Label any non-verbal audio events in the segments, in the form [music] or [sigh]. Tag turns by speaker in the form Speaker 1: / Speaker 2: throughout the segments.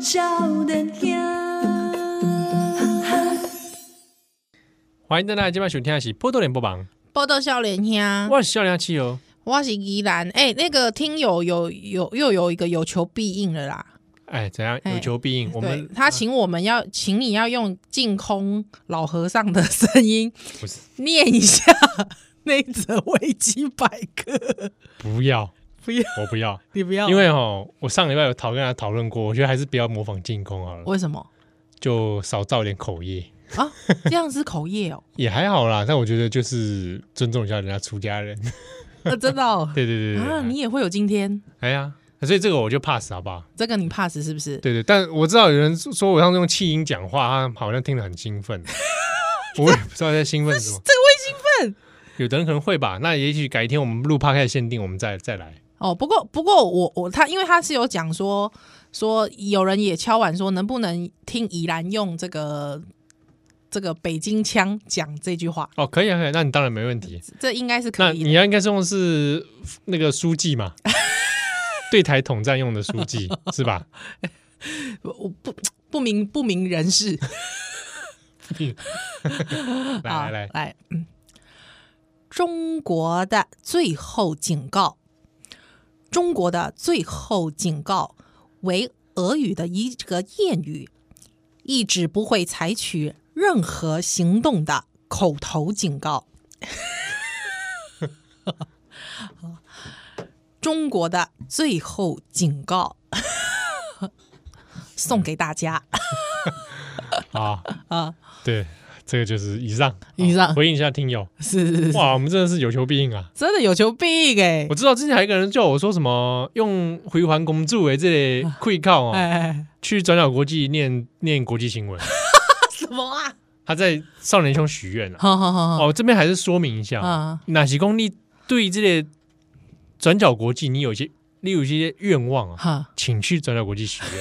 Speaker 1: 少年兄。
Speaker 2: 欢迎大家今晚收听的是《波多连播榜》，
Speaker 3: 报道笑脸兄，
Speaker 2: 我是笑脸七哦。
Speaker 3: 我是宜兰。哎、那个听友有有又有一个有求必应了啦。
Speaker 2: 哎，怎样
Speaker 3: 哎
Speaker 2: 有求必应？我们啊
Speaker 3: 对他请我们要，请你要用净空老和尚的声音
Speaker 2: 不是
Speaker 3: 念一下 [laughs] 那一则维基百科。
Speaker 2: 不要，
Speaker 3: 不要，
Speaker 2: 我不要，
Speaker 3: 你 [laughs] 不要，啊
Speaker 2: 因为哦，我上礼拜有讨跟他讨论过，我觉得还是不要模仿进攻好了，
Speaker 3: 为什么
Speaker 2: 就少造点口业
Speaker 3: 啊？这样是口业
Speaker 2: [laughs]
Speaker 3: 哦，
Speaker 2: 也还好啦。但我觉得就是尊重一下人家出家
Speaker 3: [laughs]
Speaker 2: 人。
Speaker 3: 呃、真的、哦、
Speaker 2: 对对对对，
Speaker 3: 啊，
Speaker 2: 对
Speaker 3: 你也会有今天，
Speaker 2: 哎呀，所以这个我就 pass 好不好？
Speaker 3: 这个你 pass 是不是？
Speaker 2: 对对，但我知道有人说我上次用气音讲话，他好像听得很兴
Speaker 3: [laughs]
Speaker 2: 奋，我也不知道在兴奋什么。
Speaker 3: 这会兴奋
Speaker 2: 有的人可能会吧，那也许改天我们录 p 开始限定，我们再再来。
Speaker 3: 哦。不过不过我我他因为他是有讲说说有人也敲碗说能不能听宜兰用这个这个北京腔讲这句话，
Speaker 2: 哦，可以啊，可以啊，那你当然没问题。
Speaker 3: 这应该是
Speaker 2: 那
Speaker 3: 呃可以的。
Speaker 2: 你要应该是用的是那个书记
Speaker 3: [laughs]
Speaker 2: 嘛，对台统战用的书记是
Speaker 3: [laughs]
Speaker 2: 吧？
Speaker 3: 我我不不明不明人士，
Speaker 2: 来来来，
Speaker 3: 来，嗯，中国的最后警告，中国的最后警告为俄语的一个谚语，意指不会采取任何行动的口头警告。 [laughs] 中国的最后警告 [laughs] 送给大家。
Speaker 2: 啊啊，对，这个就是以上
Speaker 3: 以上
Speaker 2: 好回应一下听友。
Speaker 3: 是是
Speaker 2: [laughs]
Speaker 3: 是，
Speaker 2: 哇，我们真的是有求必应啊！
Speaker 3: 真的有求必应哎
Speaker 2: 我知道之前还有一个人叫我说什么用回环公主为这类会靠哦，
Speaker 3: 哎哎，哎
Speaker 2: 去转角国际念念国际新闻，
Speaker 3: 什么啊？
Speaker 2: 他在少年兄许愿了。
Speaker 3: 好好好好，
Speaker 2: 哦，这边还是说明一下啊
Speaker 3: 啊，
Speaker 2: 哪些功力对这类转角国际，你有一些，你有一些愿望啊，
Speaker 3: [laughs] 哈，
Speaker 2: 请去转角国际许
Speaker 3: [laughs]
Speaker 2: 愿，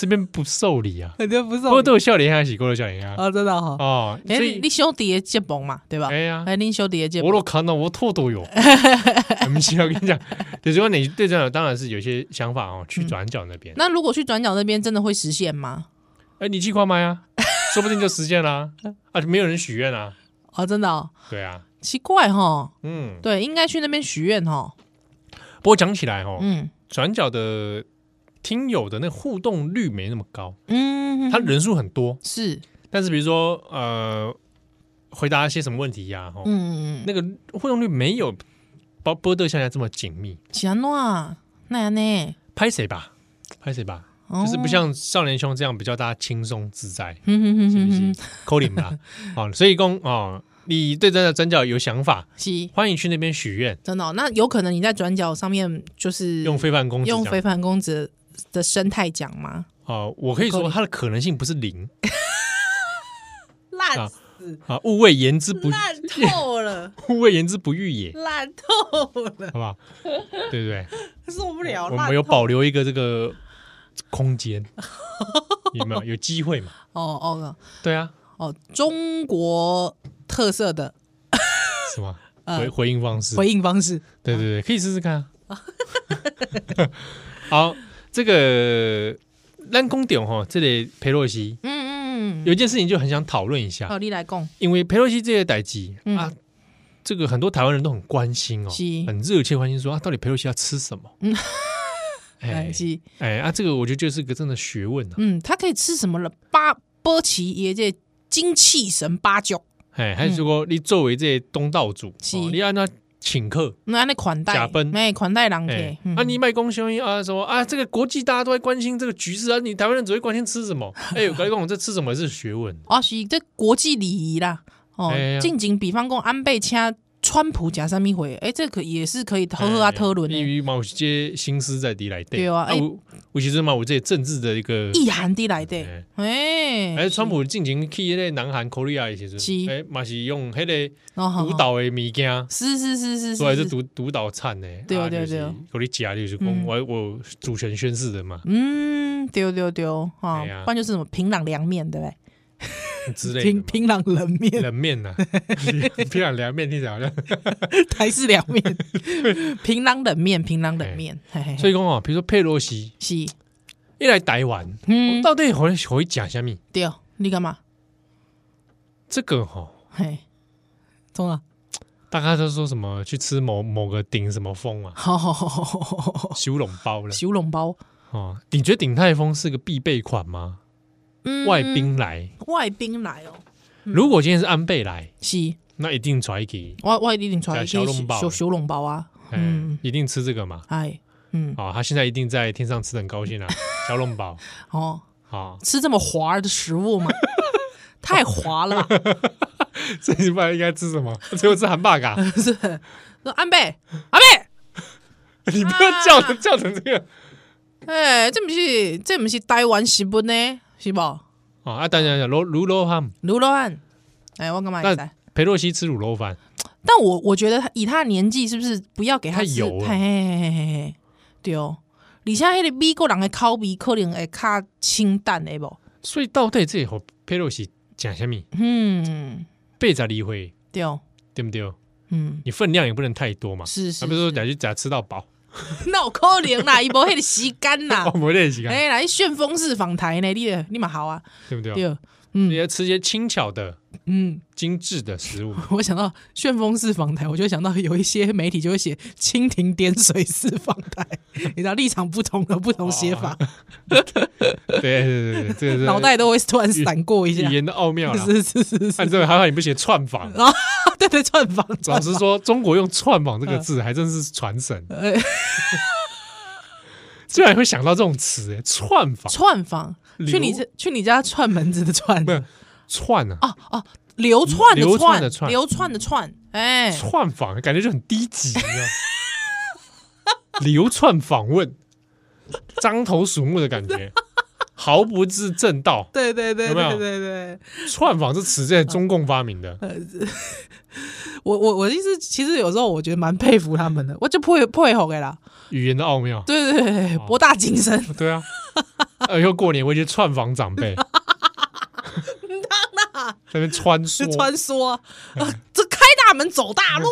Speaker 2: 这边不受理啊。
Speaker 3: 我觉不是
Speaker 2: 不过都有笑脸还是过了笑脸啊，
Speaker 3: 哦，真的哈。
Speaker 2: 哦，所
Speaker 3: 哎，你
Speaker 2: 以
Speaker 3: 你兄弟的结盟嘛，对吧？
Speaker 2: 哎呀，
Speaker 3: 哎，你兄弟的结
Speaker 2: 我
Speaker 3: 盟，
Speaker 2: 都看到我透都
Speaker 3: [laughs]
Speaker 2: 有。不是，啊我跟你讲，就是说你对转角当然是有些想法哦，去转角那边，
Speaker 3: 那如果去转角那边，真的会实现吗？
Speaker 2: 哎，你去快买啊，说不定就实现
Speaker 3: [laughs]
Speaker 2: 啦，啊，就没有人许愿啊，
Speaker 3: 哦，真的哦，
Speaker 2: 对啊，
Speaker 3: 奇怪哈，
Speaker 2: 嗯，
Speaker 3: 对，应该去那边许愿哈。
Speaker 2: 不过讲起来哦，
Speaker 3: 嗯
Speaker 2: 转角的听友的那个互动率没那么高，
Speaker 3: 嗯，
Speaker 2: 他人数很多，
Speaker 3: 是
Speaker 2: 但是比如说呃，回答一些什么问题呀、哦，
Speaker 3: 嗯嗯嗯，
Speaker 2: 那个互动率没有波波德下来这么紧密，
Speaker 3: 喜安诺啊，那样呢，
Speaker 2: 拍谁吧，拍谁吧，
Speaker 3: 哦
Speaker 2: 就是不，像少年兄这样比较大家轻松自在，
Speaker 3: 嗯哼哼
Speaker 2: 是不
Speaker 3: 哼
Speaker 2: 是
Speaker 3: 哼，？
Speaker 2: 扣脸
Speaker 3: [laughs]
Speaker 2: 吧，哦，所以公哦，你对转角转角有想法，
Speaker 3: 是
Speaker 2: 欢迎去那边许愿，
Speaker 3: 真的哦。那有可能你在转角上面就是
Speaker 2: 用非凡公子
Speaker 3: 嗯用
Speaker 2: 讲
Speaker 3: 非凡公子的生态讲吗？
Speaker 2: 哦，我可以
Speaker 3: 扣
Speaker 2: 说
Speaker 3: 脸
Speaker 2: 它的可能性不是零
Speaker 3: 烂
Speaker 2: 啊啊，勿谓言之
Speaker 3: [laughs]
Speaker 2: 不
Speaker 3: 烂
Speaker 2: [laughs]
Speaker 3: 透了，
Speaker 2: 勿谓言之不预也，
Speaker 3: 烂透了，
Speaker 2: 好不好？对不对？
Speaker 3: [laughs] 受不了。
Speaker 2: 我
Speaker 3: 烂
Speaker 2: 们有
Speaker 3: 透
Speaker 2: 保留一个这个空间， [laughs] 有没有？有机会嘛？
Speaker 3: 哦哦
Speaker 2: 对啊，
Speaker 3: 哦，中国特色的
Speaker 2: 是吗？
Speaker 3: 呃
Speaker 2: 回回应方式，
Speaker 3: 回应方式，
Speaker 2: 对对对，可以试试看
Speaker 3: [laughs]
Speaker 2: 啊。 [laughs] 好，这个咱公点哈，这里佩洛西
Speaker 3: 嗯嗯嗯，
Speaker 2: 有一件事情就很想讨论一下，
Speaker 3: 好，你来讲，
Speaker 2: 因为佩洛西这些代际
Speaker 3: 嗯
Speaker 2: 啊，这个很多台湾人都很关心哦
Speaker 3: 是，
Speaker 2: 很热切关心说啊，到底佩洛西要吃什么？
Speaker 3: 嗯
Speaker 2: 哎
Speaker 3: [laughs] 哎是，
Speaker 2: 哎啊，这个我觉得就是个真的学问啊。
Speaker 3: 嗯，他可以吃什么了？八波奇爷这精气神八九，
Speaker 2: 哎，还是说你作为这些东道主，
Speaker 3: 嗯是
Speaker 2: 哦你按他请客，
Speaker 3: 那那款待
Speaker 2: 假奔
Speaker 3: 哎，款待人
Speaker 2: 哎
Speaker 3: 客，，嗯
Speaker 2: 啊，你卖公兄啊，什么啊？这个国际大家都在关心这个局势啊，你台湾人只会关心吃什
Speaker 3: [laughs]
Speaker 2: 么？哎，我跟你讲，这吃什么是学问，
Speaker 3: 哦是这国际礼仪啦，哦
Speaker 2: 哎呀，
Speaker 3: 近景比方讲安倍请川普假三米回，哎，这可也是可以呵
Speaker 2: 哎
Speaker 3: 呵啊特伦
Speaker 2: 因
Speaker 3: 的，
Speaker 2: 为某些心思在底来对
Speaker 3: 对啊哎
Speaker 2: 我我其实嘛，我这政治的一个，
Speaker 3: 意涵的来的，
Speaker 2: 哎，
Speaker 3: 哎，
Speaker 2: 哎川普进行去那个南韩、k 利亚 r e 其实，
Speaker 3: 是
Speaker 2: 哎，嘛是用那个
Speaker 3: 舞
Speaker 2: 独，岛的物件。
Speaker 3: 哦是是是是
Speaker 2: 所以
Speaker 3: 是
Speaker 2: 是
Speaker 3: 是，
Speaker 2: 独独岛产呢，
Speaker 3: 对啊对啊对啊
Speaker 2: 我你假就是
Speaker 3: 嗯
Speaker 2: 讲我我主权宣誓的嘛
Speaker 3: 嗯，丢丢丢啊
Speaker 2: 哎呀，
Speaker 3: 不然就是什么平壤凉面，对不对？
Speaker 2: 之类的
Speaker 3: 平
Speaker 2: 嘛，
Speaker 3: 平壤冷面、
Speaker 2: 冷面啊 [laughs] 呐，平壤凉面听起来好 [laughs] 像
Speaker 3: 台式凉
Speaker 2: [laughs]
Speaker 3: 面、平壤冷面、平壤冷面，嘿嘿嘿，
Speaker 2: 所以讲哦，比如说佩洛西，
Speaker 3: 是
Speaker 2: 一来台湾，
Speaker 3: 嗯，
Speaker 2: 到底回回讲什么？
Speaker 3: 对，你干嘛？
Speaker 2: 这个哈、
Speaker 3: 嘿，中啊
Speaker 2: [laughs]
Speaker 3: 了，
Speaker 2: 大家都说什么去吃某某个顶什么风啊，
Speaker 3: 好好好好好好好，
Speaker 2: 修拢包了
Speaker 3: 小笼包，
Speaker 2: 哦。你觉得鼎泰丰是个必备款吗？
Speaker 3: 嗯
Speaker 2: 外宾来，
Speaker 3: 外宾来哦，
Speaker 2: 如果今天是安倍来，
Speaker 3: 是，
Speaker 2: 那一定揣给，
Speaker 3: 我我一定出来
Speaker 2: 吃小笼包
Speaker 3: 小小笼包啊，
Speaker 2: 嗯
Speaker 3: 嗯，，
Speaker 2: 一定吃这个嘛。
Speaker 3: 哎，嗯，
Speaker 2: 哦，他现在一定在天上吃的很高兴 [laughs] 啊，小笼包
Speaker 3: 哦，
Speaker 2: 啊，
Speaker 3: 吃这么滑的食物吗？太滑了吧，
Speaker 2: [laughs]
Speaker 3: [laughs]
Speaker 2: 这礼拜应该吃什么？只有吃啊韩巴嘎， [laughs]
Speaker 3: 是。那安倍，安倍，
Speaker 2: 你不要叫成叫成这个
Speaker 3: 哎、这不是这不是台湾食物呢，是不？
Speaker 2: 哦啊！当然讲卤卤肉饭，
Speaker 3: 卤肉饭，哎、我干嘛
Speaker 2: 那
Speaker 3: 来？
Speaker 2: 裴洛西吃卤肉饭，
Speaker 3: 但我我觉得他以他的年纪，是不是不要给他
Speaker 2: 太
Speaker 3: 吃
Speaker 2: 油了
Speaker 3: 嘿嘿嘿嘿嘿，对哦。而且迄个美国人的口味可能会较清淡的无，
Speaker 2: 所以到底这和裴洛西讲什么？
Speaker 3: 嗯，
Speaker 2: 八十离会
Speaker 3: 对哦，
Speaker 2: 对不对？
Speaker 3: 嗯，
Speaker 2: 你分量也不能太多嘛，
Speaker 3: 是是
Speaker 2: 啊，不是说
Speaker 3: 是
Speaker 2: 假去假吃到饱，
Speaker 3: [laughs] 那有可能啦，伊无迄个时间
Speaker 2: [laughs]
Speaker 3: 啦
Speaker 2: 我，没练习啊，
Speaker 3: 哎、来旋风式访台呢，你就你嘛好啊，
Speaker 2: 对不对？哦
Speaker 3: 对，
Speaker 2: 你要吃一些轻巧的、
Speaker 3: 嗯。
Speaker 2: 精致的食物嘛， [laughs]
Speaker 3: 我想到旋风式访台，我就想到有一些媒体就会写蜻蜓点水式访台，你知道立场不同的不同写法，
Speaker 2: 对对对对，这个是
Speaker 3: 脑袋都会突然闪过一下
Speaker 2: 语。言的奥妙啦。啊
Speaker 3: 是是是是，
Speaker 2: 按这个还好你不写串访，
Speaker 3: 对对，串访
Speaker 2: 老
Speaker 3: 串
Speaker 2: 实说，中国用“串访”这个
Speaker 3: 嗯
Speaker 2: 字还真是传
Speaker 3: [laughs]
Speaker 2: 神，
Speaker 3: 呃
Speaker 2: 居然会想到这种词，哎，串访
Speaker 3: 串访，
Speaker 2: 流
Speaker 3: 去你这去你家串门子的串，
Speaker 2: 没有串啊，
Speaker 3: 哦哦，流窜的
Speaker 2: 流窜的
Speaker 3: 窜，
Speaker 2: 窜
Speaker 3: 流窜的窜，哎，
Speaker 2: 串访感觉就很低级，你知道吗 [laughs] 流窜访问，獐头鼠目的感觉，毫不自正道。
Speaker 3: 对对对
Speaker 2: 有没
Speaker 3: 对
Speaker 2: 有
Speaker 3: 对对，
Speaker 2: 串访这词在中共发明的，
Speaker 3: 嗯我我我的意思，其实有时候我觉得蛮佩服他们的，我就佩佩服给啦，
Speaker 2: 语言的奥妙。
Speaker 3: 对对对对，博大精深，
Speaker 2: 对啊，呃，以后过年我会去串访长辈，在那边穿
Speaker 3: 去
Speaker 2: 梭，
Speaker 3: 穿梭，啊这开大门走大
Speaker 2: [laughs]
Speaker 3: 路，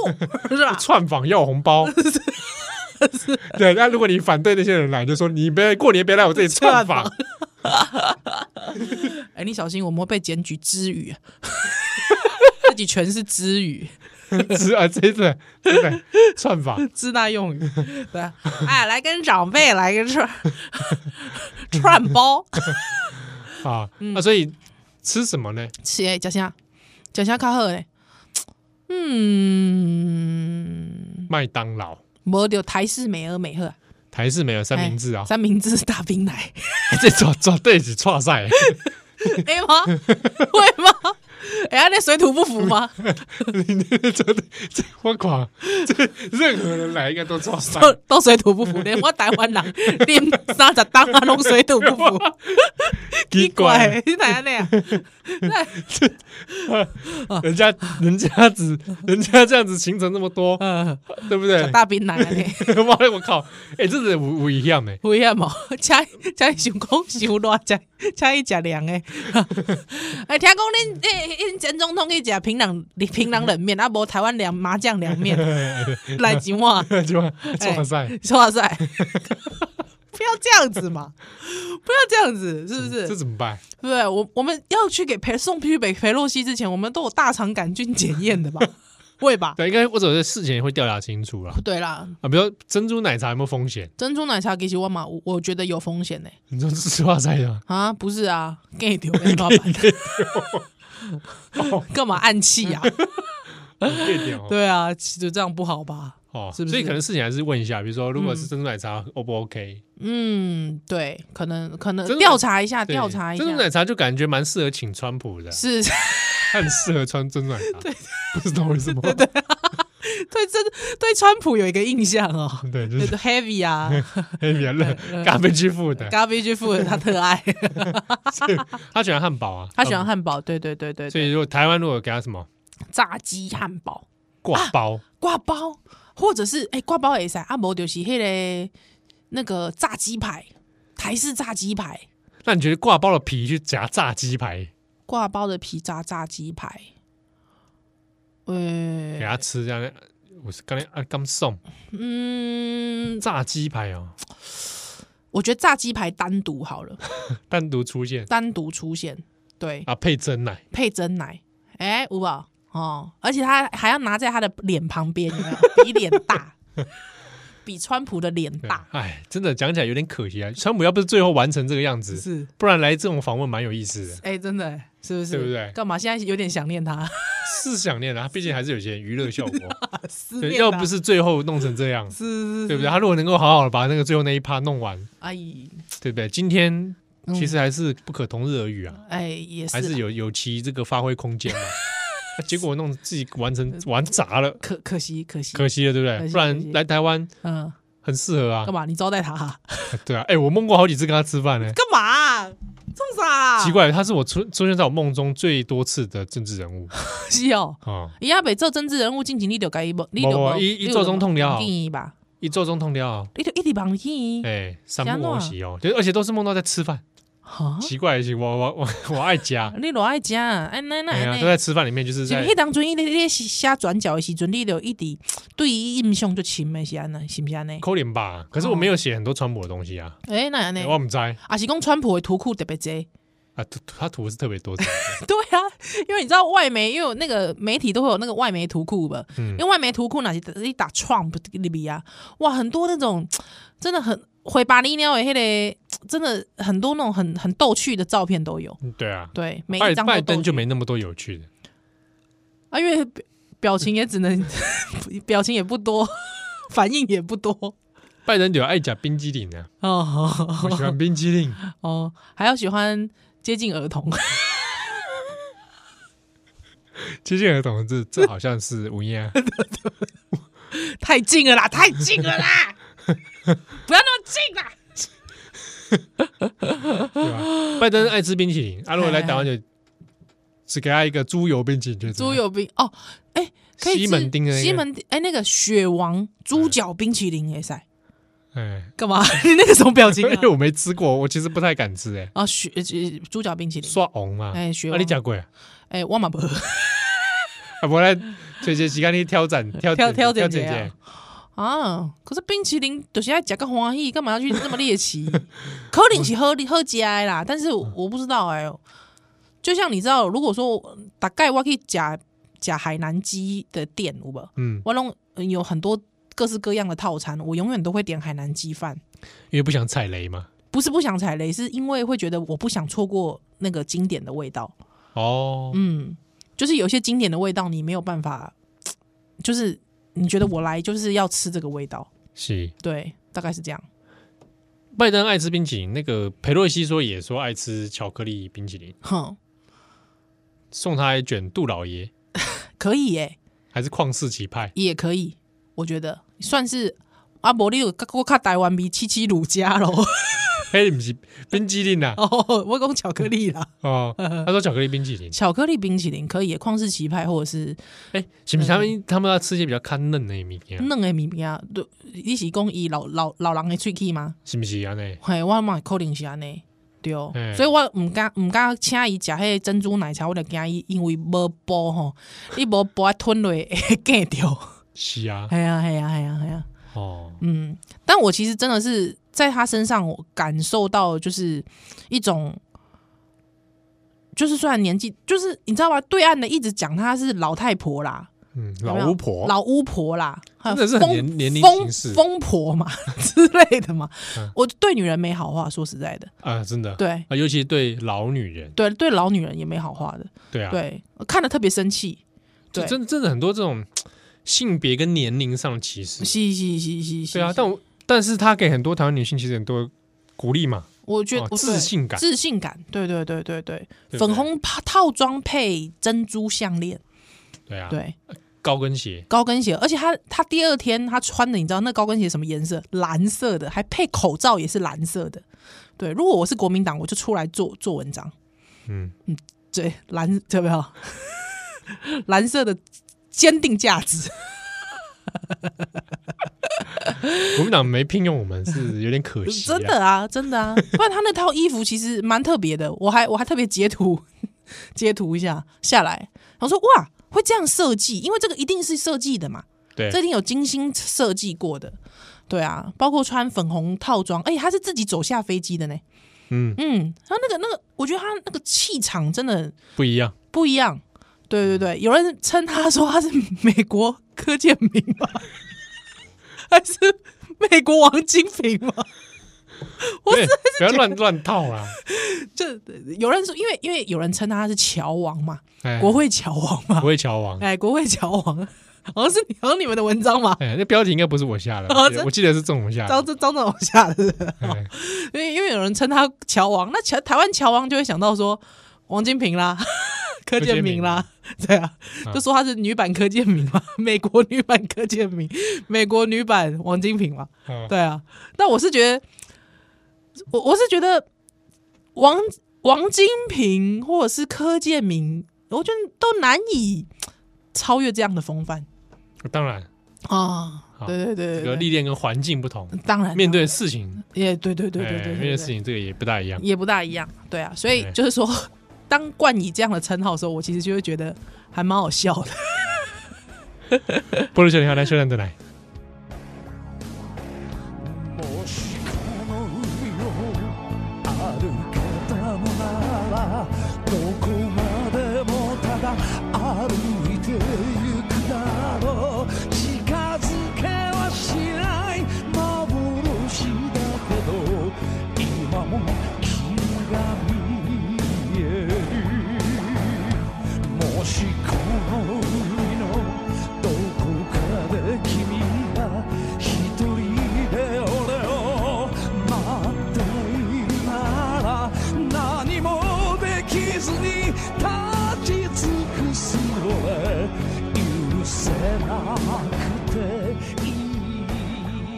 Speaker 3: 是吧？
Speaker 2: 串访要红
Speaker 3: [laughs]
Speaker 2: 包。对，那如果你反对那些人来，就说你别过年别来我这里串访，
Speaker 3: [laughs] 哎，你小心，我们会被检举之
Speaker 2: [laughs]
Speaker 3: 语，自己全是之语，
Speaker 2: [laughs] 是啊，真的真的串访，
Speaker 3: 支那用语，对啊，哎，来跟长辈来个
Speaker 2: [laughs]
Speaker 3: 串串包，哎
Speaker 2: [laughs] 啊
Speaker 3: 嗯
Speaker 2: 啊，所以吃什么呢？
Speaker 3: 是假虾，假虾较好嘞，嗯，
Speaker 2: 麦当劳、
Speaker 3: 无就台式美而美喝
Speaker 2: 台式没有三明治啊，
Speaker 3: 哎三明治大冰奶，
Speaker 2: [laughs] 这抓抓对起串赛，
Speaker 3: 哎吗？ [laughs] 会吗？哎呀，那水土不服
Speaker 2: [laughs]
Speaker 3: 吗？
Speaker 2: 你这这这我狂，这任何人来应该都抓赛。
Speaker 3: 都都水土不服，连我台湾人啉三十档啊，拢水土不服，
Speaker 2: [laughs] 奇怪，，
Speaker 3: 你哪样那样？啊
Speaker 2: 人家人家
Speaker 3: [laughs]
Speaker 2: 只人家这样子行程那么多，
Speaker 3: 嗯，
Speaker 2: 对不对？
Speaker 3: 大冰奶啊你，
Speaker 2: 妈的， [laughs] 我靠！哎，这是不不一样哎，
Speaker 3: 危险无？哦请请想讲想热，请请伊食凉的。 [laughs] 哎，听讲恁诶，恁前总统去食平壤平壤冷面，啊无台湾凉麻酱凉面
Speaker 2: [laughs]
Speaker 3: 来一碗，
Speaker 2: [laughs] 就
Speaker 3: 哎
Speaker 2: 抓赛，[laughs]
Speaker 3: 哇塞！不要这样子嘛！不要这样子，是不是？
Speaker 2: 这怎么办？
Speaker 3: 对，我我们要去给裴送去给裴洛西之前，我们都有大肠杆菌检验的
Speaker 2: [laughs]
Speaker 3: 吧？会吧？
Speaker 2: 对，应该或者是事前会调查清楚啦。
Speaker 3: 对啦，
Speaker 2: 啊，比如说珍珠奶茶有没有风险？
Speaker 3: 珍珠奶茶给实我嘛，我我觉得有风险呢、
Speaker 2: 你说吃哇塞的吗？
Speaker 3: 啊，不是啊，给丢给老板 [laughs]
Speaker 2: 哦，
Speaker 3: 干嘛暗器
Speaker 2: [laughs]
Speaker 3: 啊？
Speaker 2: 这一点哦，
Speaker 3: [laughs] 对啊，其实这样不好吧？
Speaker 2: 哦，
Speaker 3: 是不是
Speaker 2: 所以可能事情还是问一下，比如说如果是珍珠奶茶，O 不 OK？
Speaker 3: 嗯，对，可能可能
Speaker 2: 珍珠奶
Speaker 3: 调查一下，
Speaker 2: 对
Speaker 3: 调查一下
Speaker 2: 珍，珠奶茶就感觉蛮适合请川普的，
Speaker 3: 是 [laughs]
Speaker 2: 他很适合穿珍珠奶茶，对， [laughs] 不知道为什么，
Speaker 3: 对真对川普有一个印象哦，
Speaker 2: [laughs] 对，就
Speaker 3: 就是是 heavy 啊
Speaker 2: 黑人类咖啡欺负的，
Speaker 3: ，garbage food 他特爱，
Speaker 2: 他喜欢汉堡啊，
Speaker 3: 他喜欢汉堡，对对对对
Speaker 2: 所
Speaker 3: 对，
Speaker 2: 以如果台湾如果给他什么
Speaker 3: 炸鸡汉堡。
Speaker 2: 挂包，
Speaker 3: 挂包，或者是哎、挂包也塞，啊，无就是迄、个那个炸鸡排，台式炸鸡排，
Speaker 2: 那你觉得挂包的皮去夹炸鸡排
Speaker 3: 挂包的皮炸炸鸡排，呃、
Speaker 2: 给他吃，这样哎我是刚才啊刚送
Speaker 3: 嗯，
Speaker 2: 炸鸡排哦，
Speaker 3: 我觉得炸鸡排单独好了， [laughs]
Speaker 2: 单独出现
Speaker 3: 单独出现，对，
Speaker 2: 啊，配真奶，
Speaker 3: 配真奶，哎、有吧？哦，而且他还要拿在他的脸旁边，有没有？比脸
Speaker 2: [laughs]
Speaker 3: 大，比川普的脸
Speaker 2: 对
Speaker 3: 大，
Speaker 2: 哎，真的讲起来有点可惜啊。川普要不是最后完成这个样子，
Speaker 3: 是，
Speaker 2: 不然来这种访问蛮有意思的，
Speaker 3: 哎、真的，是不是？
Speaker 2: 对不对
Speaker 3: 干嘛？现在有点想念他， [laughs]
Speaker 2: 是想念的，他啊毕竟还是有些娱乐效果。
Speaker 3: 思
Speaker 2: 对，
Speaker 3: 念
Speaker 2: 要
Speaker 3: 他
Speaker 2: 不是最后弄成这样，
Speaker 3: 是是是，
Speaker 2: 对不对？他如果能够好好的把那个最后那一趴弄完，
Speaker 3: 哎
Speaker 2: 对不对？今天其实还是不可同日而语啊，
Speaker 3: 哎，也是
Speaker 2: 还
Speaker 3: 啦，
Speaker 2: 是有有其这个发挥空
Speaker 3: [laughs]
Speaker 2: 间嘛。啊结果弄自己完成玩砸了，
Speaker 3: 可可惜可惜，
Speaker 2: 可惜了，对不
Speaker 3: 可
Speaker 2: 对？
Speaker 3: 惜
Speaker 2: 不
Speaker 3: 可惜
Speaker 2: 然来台湾
Speaker 3: 嗯，
Speaker 2: 很适合啊
Speaker 3: 干，嘛？你招待他啊 [laughs]
Speaker 2: 对啊。哎，我梦过好几次跟他吃饭呢。
Speaker 3: 干嘛啊？冲啥啊？
Speaker 2: 奇怪，他是我出出现在我梦中最多次的政治
Speaker 3: [laughs]
Speaker 2: 人物
Speaker 3: 是哦。
Speaker 2: 啊！
Speaker 3: 伊阿北做政治人物，进前你就该伊无，你就
Speaker 2: 没
Speaker 3: 无，
Speaker 2: 有伊伊
Speaker 3: 你就
Speaker 2: 做总统了
Speaker 3: 忘记伊吧，
Speaker 2: 一周中啊通了，
Speaker 3: 你就一直忘记伊。
Speaker 2: 哎，三不五时哦，就而且都是梦到在吃饭。
Speaker 3: 哈，
Speaker 2: 奇怪的是，我我我我爱
Speaker 3: [laughs]
Speaker 2: 家，
Speaker 3: 你落爱食，哎奶
Speaker 2: 哎
Speaker 3: 奶
Speaker 2: 呀，
Speaker 3: 奶
Speaker 2: 都。在吃饭里面，就是
Speaker 3: 就
Speaker 2: 在
Speaker 3: 迄当阵，伊咧咧写转角的时阵，你就一直对伊印象就深的是安尼，是毋是安尼？
Speaker 2: 扣脸吧。可是我没有写很多川普的东西啊，
Speaker 3: 哎，那安尼
Speaker 2: 哎，我不知道
Speaker 3: 啊是讲川普的图库特别济。
Speaker 2: 啊，图他图是特别
Speaker 3: [laughs]
Speaker 2: 多的。
Speaker 3: 对啊，因为你知道外媒，因为有那个媒体都会有那个外媒图库吧，
Speaker 2: 嗯
Speaker 3: 因为外媒图库哪些一打 Trump 里边啊，哇，很多那种真的很会把你鸟的那个，真的很多那种很很逗趣的照片都有，
Speaker 2: 嗯对啊，
Speaker 3: 对，每
Speaker 2: 拜
Speaker 3: 一张都
Speaker 2: 拜
Speaker 3: 逗
Speaker 2: 登
Speaker 3: 趣
Speaker 2: 就没那么多有趣的。
Speaker 3: 啊，因为表表情也只能 [laughs] 表情也不多，反应也不多。
Speaker 2: 拜登有爱讲冰激凌
Speaker 3: [laughs]
Speaker 2: 啊，
Speaker 3: 哦
Speaker 2: 我喜欢冰激凌。
Speaker 3: 哦，还要喜欢接近儿童， [laughs]
Speaker 2: 接近儿童，这这好像是吴彦
Speaker 3: [laughs]
Speaker 2: 啊，
Speaker 3: 太近了啦，太近
Speaker 2: [laughs]
Speaker 3: 了啦，不要那么近啦。
Speaker 2: 对吧？拜登爱吃冰淇
Speaker 3: 哎
Speaker 2: 淋，啊，如果来台湾就只给他一个猪油冰淇淋，就是
Speaker 3: 猪油冰哦，哎、可以吃
Speaker 2: 西门町的那个
Speaker 3: 西门町哎、那个雪王猪脚冰淇淋也
Speaker 2: [laughs]
Speaker 3: 塞，
Speaker 2: 哎，
Speaker 3: 干嘛？ [laughs] 你那个什么表情
Speaker 2: [laughs] 因
Speaker 3: 啊？
Speaker 2: 为我没吃过，我其实不太敢吃，哎，
Speaker 3: 啊，雪呃猪脚冰淇淋，
Speaker 2: 刷红嘛，
Speaker 3: 哎、雪
Speaker 2: 啊，
Speaker 3: 王，
Speaker 2: 你讲过啊，
Speaker 3: 哎、我嘛不喝， [laughs]
Speaker 2: 啊，我来这些时间你挑战挑
Speaker 3: 挑挑
Speaker 2: 挑
Speaker 3: 战
Speaker 2: 姐
Speaker 3: 一下
Speaker 2: 姐，
Speaker 3: 啊，可是冰淇淋就是爱吃个欢喜，干嘛要去这么猎奇？
Speaker 2: [laughs]
Speaker 3: 可能是喝喝起来啦，但是我不知道哎、就像你知道，如果说我大概我可以假假海南鸡的店，有无？
Speaker 2: 嗯，
Speaker 3: 我弄有很多各式各样的套餐，我永远都会点海南鸡饭。
Speaker 2: 因为不想踩雷嘛，
Speaker 3: 不是不想踩雷，是因为会觉得我不想错过那个经典的味道。
Speaker 2: 哦，
Speaker 3: 嗯，就是有些经典的味道你没有办法，就是你觉得我来就是要吃这个味道，
Speaker 2: 是
Speaker 3: 对，大概是这样。
Speaker 2: 拜登爱吃冰淇淋，那个裴洛西说也说爱吃巧克力冰淇淋，
Speaker 3: 哼，
Speaker 2: 送他一卷杜老爷
Speaker 3: 可以耶、
Speaker 2: 还是旷世奇 [laughs] 派，
Speaker 3: 也可以，我觉得算是啊阿伯利有我看台湾比七七乳加咯。 [laughs]
Speaker 2: 嘿，不是冰激凌呐，
Speaker 3: 哦，我讲巧克力啦， [laughs]
Speaker 2: 哦，他说巧克力冰淇淋。
Speaker 3: 巧克力冰淇淋可以耶，旷世奇派或者是
Speaker 2: 哎、是不是他
Speaker 3: 嗯
Speaker 2: 们他们要吃一些比较看嫩的物件，
Speaker 3: 嫩的米饼啊，对，你是讲伊老老老人的喙齿吗？
Speaker 2: 是不是啊安尼？
Speaker 3: 嘿，我嘛可能是安尼，对哦
Speaker 2: 嘿，
Speaker 3: 所以我毋敢毋敢请伊食迄珍珠奶茶，我就惊伊因为无补吼， [laughs] 你无补啊吞落会假
Speaker 2: [laughs]
Speaker 3: 掉。
Speaker 2: 是啊，
Speaker 3: 系啊系啊系啊系啊，
Speaker 2: 哦，
Speaker 3: 嗯，但我其实真的是在他身上，我感受到就是一种。就是虽然年纪，就是你知道吗？对岸的一直讲她是老太婆啦，
Speaker 2: 嗯，
Speaker 3: 有没有
Speaker 2: 老巫婆，
Speaker 3: 老巫婆啦，还有
Speaker 2: 真的是很
Speaker 3: 疯
Speaker 2: 年年龄
Speaker 3: 疯
Speaker 2: 歧视
Speaker 3: 疯婆嘛 [laughs] 之类的嘛
Speaker 2: 嗯。
Speaker 3: 我对女人没好话，说实在的，
Speaker 2: 啊，真的，
Speaker 3: 对，
Speaker 2: 啊，尤其对老女人，
Speaker 3: 对对，老女人也没好话的，
Speaker 2: 对啊，，
Speaker 3: 对，看了特别生气，对，
Speaker 2: 就真真的很多这种性别跟年龄上的歧视，
Speaker 3: 嘻嘻嘻嘻嘻，
Speaker 2: 对啊，但我但是他给很多台湾女性其实很多鼓励嘛，
Speaker 3: 我觉
Speaker 2: 哦
Speaker 3: 得我
Speaker 2: 自信感
Speaker 3: 对自信感，对对对对对，
Speaker 2: 对不对
Speaker 3: 粉红套套装配珍珠项链，
Speaker 2: 对啊，
Speaker 3: 对，
Speaker 2: 高跟鞋，
Speaker 3: 高跟鞋，而且他他第二天他穿的，你知道那高跟鞋什么颜色？蓝色的，还配口罩也是蓝色的，对，如果我是国民党，我就出来做做文章，
Speaker 2: 嗯，
Speaker 3: 对，蓝有没有？ [laughs] 蓝色的坚定价值。
Speaker 2: 嗯国民党没聘用我们是有点可惜，
Speaker 3: 真，的啊，真
Speaker 2: [laughs]
Speaker 3: 的啊，不然他那套衣服其实蛮特别的，我还我还特别截图 [laughs] 截图一下下来，我说哇，会这样设计，因为这个一定是设计的嘛，
Speaker 2: 对
Speaker 3: 这，一定有精心设计过的。对啊，包括穿粉红套装，哎、他是自己走下飞机的呢。
Speaker 2: 嗯，
Speaker 3: 嗯，他那个那个，我觉得他那个气场真的
Speaker 2: 不一样。
Speaker 3: 不一样。对对
Speaker 2: 嗯
Speaker 3: 对，有人称他说他是美国柯建明吗？ [laughs] 还是美国王金平吗？我
Speaker 2: 对，不要乱乱套啊啦。
Speaker 3: 这有人说，因为因为有人称他是乔王嘛，
Speaker 2: 哎
Speaker 3: 国会乔王嘛
Speaker 2: 不，会乔王，
Speaker 3: 哎，国会乔王，好像是你好像你们的文章嘛，
Speaker 2: 哎，那标题应该不是我下的
Speaker 3: 哦，
Speaker 2: 我记得我记得是郑红下
Speaker 3: 张
Speaker 2: 的。
Speaker 3: 这张总统下的是不是，
Speaker 2: 哎
Speaker 3: 因为因为有人称他乔王，那乔台湾乔王就会想到说王金平啦。柯建明啦，对啊，
Speaker 2: 啊
Speaker 3: 就说他是女版柯建明嘛，美国女版柯建明，美国女版王金平嘛，
Speaker 2: [laughs] 嗯
Speaker 3: 对啊，但我是觉得，我我是觉得王王金平或者是柯建明，我觉得都难以超越这样的风范
Speaker 2: 当然，
Speaker 3: 啊
Speaker 2: 好。
Speaker 3: 对对
Speaker 2: 这
Speaker 3: 对
Speaker 2: 个
Speaker 3: 对对，
Speaker 2: 历练跟环境不同，
Speaker 3: 当然
Speaker 2: 面对的事情，
Speaker 3: 也对对对
Speaker 2: 哎
Speaker 3: 对对
Speaker 2: 面对
Speaker 3: 对
Speaker 2: 的事
Speaker 3: 对，
Speaker 2: 情这个也不大一样。
Speaker 3: 也不大一样。对啊，所以
Speaker 2: 对
Speaker 3: 就是说， [laughs] 当冠以这样的称号的时候，我其实就会觉得还蛮好笑的。
Speaker 2: 波罗小林好，来修蛋的来。
Speaker 1: もしこの海を歩けたのならどこまでもただ歩いてゆくだろう近づけはしない幻だけど今も君が見えるもしこの海のどこかで君が一人で俺を待っているなら何もできずに立ち尽くす俺許せなくていい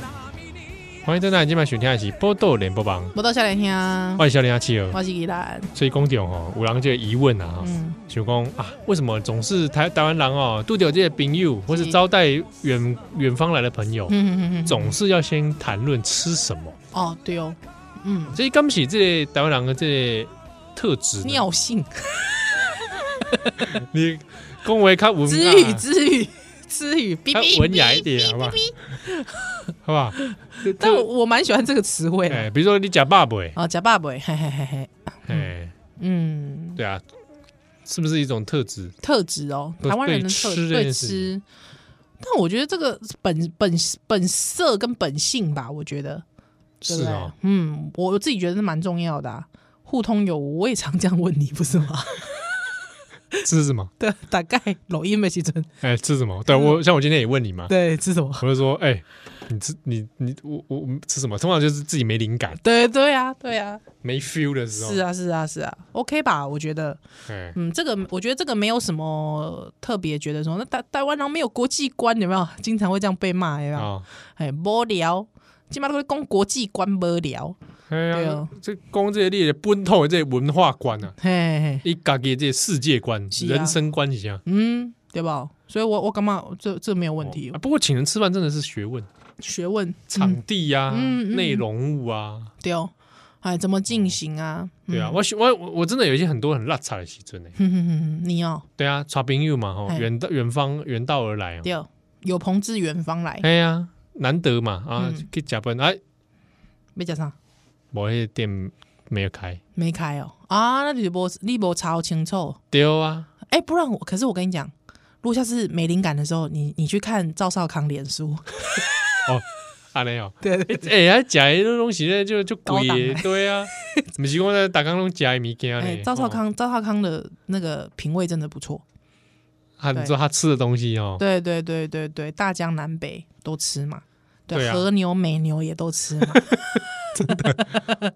Speaker 1: 波に
Speaker 2: 欢迎在那今晚选听一起波豆联播榜，
Speaker 3: [laughs] 我到夏天听啊， [laughs]
Speaker 2: 欢迎小林阿七儿。哦
Speaker 3: 我是宜兰，
Speaker 2: 所以讲到吼，有人就疑问啊，
Speaker 3: 嗯，
Speaker 2: 想讲啊，为什么总是台台湾人哦，拄到这些朋友或是
Speaker 3: 是
Speaker 2: 招待远远方来的朋友，
Speaker 3: 嗯嗯嗯，
Speaker 2: 总是要先谈论吃什么？
Speaker 3: 哦对哦，嗯，
Speaker 2: 所以刚起这个台湾人的这个特质呢，
Speaker 3: 尿性。
Speaker 2: 嗯你恭维看文
Speaker 3: 知语，
Speaker 2: 啊，
Speaker 3: 知语，知语，哔
Speaker 2: 他
Speaker 3: 哔
Speaker 2: 文雅
Speaker 3: 哔
Speaker 2: 一点，好不好
Speaker 3: 哔哔哔？
Speaker 2: [laughs] 好不好？就
Speaker 3: 但我
Speaker 2: 就
Speaker 3: 我蛮喜欢这个词汇的
Speaker 2: 哎，比如说你假爸爸，
Speaker 3: 啊，假爸爸，嘿嘿嘿嘿，
Speaker 2: 哎，
Speaker 3: 嗯，
Speaker 2: 对啊，是不是一种特质？
Speaker 3: 特质哦，
Speaker 2: 对
Speaker 3: 台湾人的特
Speaker 2: 对吃这
Speaker 3: 对
Speaker 2: 件事
Speaker 3: 吃，但我觉得这个本本本色跟本性吧，我觉得对不
Speaker 2: 是
Speaker 3: 对
Speaker 2: 哦，？
Speaker 3: 嗯，我自己觉得是蛮重要的啊，互通有无，我也常这样问你，不是吗？ [laughs]
Speaker 2: 吃什么？
Speaker 3: 对，啊大概录音没时阵，
Speaker 2: 哎，吃什么？对我像我今天也问你嘛，
Speaker 3: 对，吃什么？ [laughs]
Speaker 2: 我就说，哎、你吃你你我我我吃什么？通常就是自己没灵感、
Speaker 3: 对对啊，对啊，
Speaker 2: 没 feel 的时候，
Speaker 3: 是啊，是啊，是啊，OK 吧？我觉得，
Speaker 2: 哎，
Speaker 3: 嗯，这个我觉得这个没有什么特别觉得说，那台台湾人没有国际观，有没有？ [laughs] 经常会这样被骂，有没有？
Speaker 2: 啊，
Speaker 3: 哎、无聊，起码都会讲国际观无聊，
Speaker 2: 哎
Speaker 3: 对
Speaker 2: 呀
Speaker 3: 哦，
Speaker 2: 这讲这列奔透的这些文化观啊，
Speaker 3: 嘿嘿嘿，
Speaker 2: 一家给这些世界观、
Speaker 3: 是啊
Speaker 2: 人生观一下。
Speaker 3: 嗯，对吧？所以我我干嘛这这没有问题，
Speaker 2: 啊，不过请人吃饭真的是学问，
Speaker 3: 学问嗯、
Speaker 2: 场地呀、
Speaker 3: 嗯嗯嗯
Speaker 2: 内容物啊，
Speaker 3: 对哦，哎，怎么进行啊？嗯
Speaker 2: 对啊，，我喜我我我真的有一些很多很辣差的习尊呢。
Speaker 3: 哼哼哼哼，你哦，
Speaker 2: 对啊，刷冰友嘛，吼，
Speaker 3: 哎
Speaker 2: 远道远方远道而来哦，
Speaker 3: 对哦，有朋自远方来，
Speaker 2: 哎呀，难得嘛啊
Speaker 3: 嗯，
Speaker 2: 去加班哎，
Speaker 3: 没讲啥，
Speaker 2: 某些店没有开，
Speaker 3: 没开哦，啊，那你不你不查清楚。
Speaker 2: 丢啊，
Speaker 3: 哎、不然我，可是我跟你讲，如果下次没灵感的时候，你你去看赵少康脸书，
Speaker 2: 哦，安尼哦，
Speaker 3: 对
Speaker 2: 哎、欸，食迄种东西咧，就就贵
Speaker 3: 高档
Speaker 2: 的，
Speaker 3: 的
Speaker 2: 对
Speaker 3: [laughs]
Speaker 2: 啊，毋是讲咧，大家拢食的物件
Speaker 3: 哎、
Speaker 2: 咧。
Speaker 3: 赵少
Speaker 2: 哦，
Speaker 3: 康，赵少康的那个品味真的不错，
Speaker 2: 他啊你说他吃的东西哦，
Speaker 3: 对对对对对，大江南北都吃嘛，对，
Speaker 2: 对啊
Speaker 3: 和牛、美牛也都吃嘛，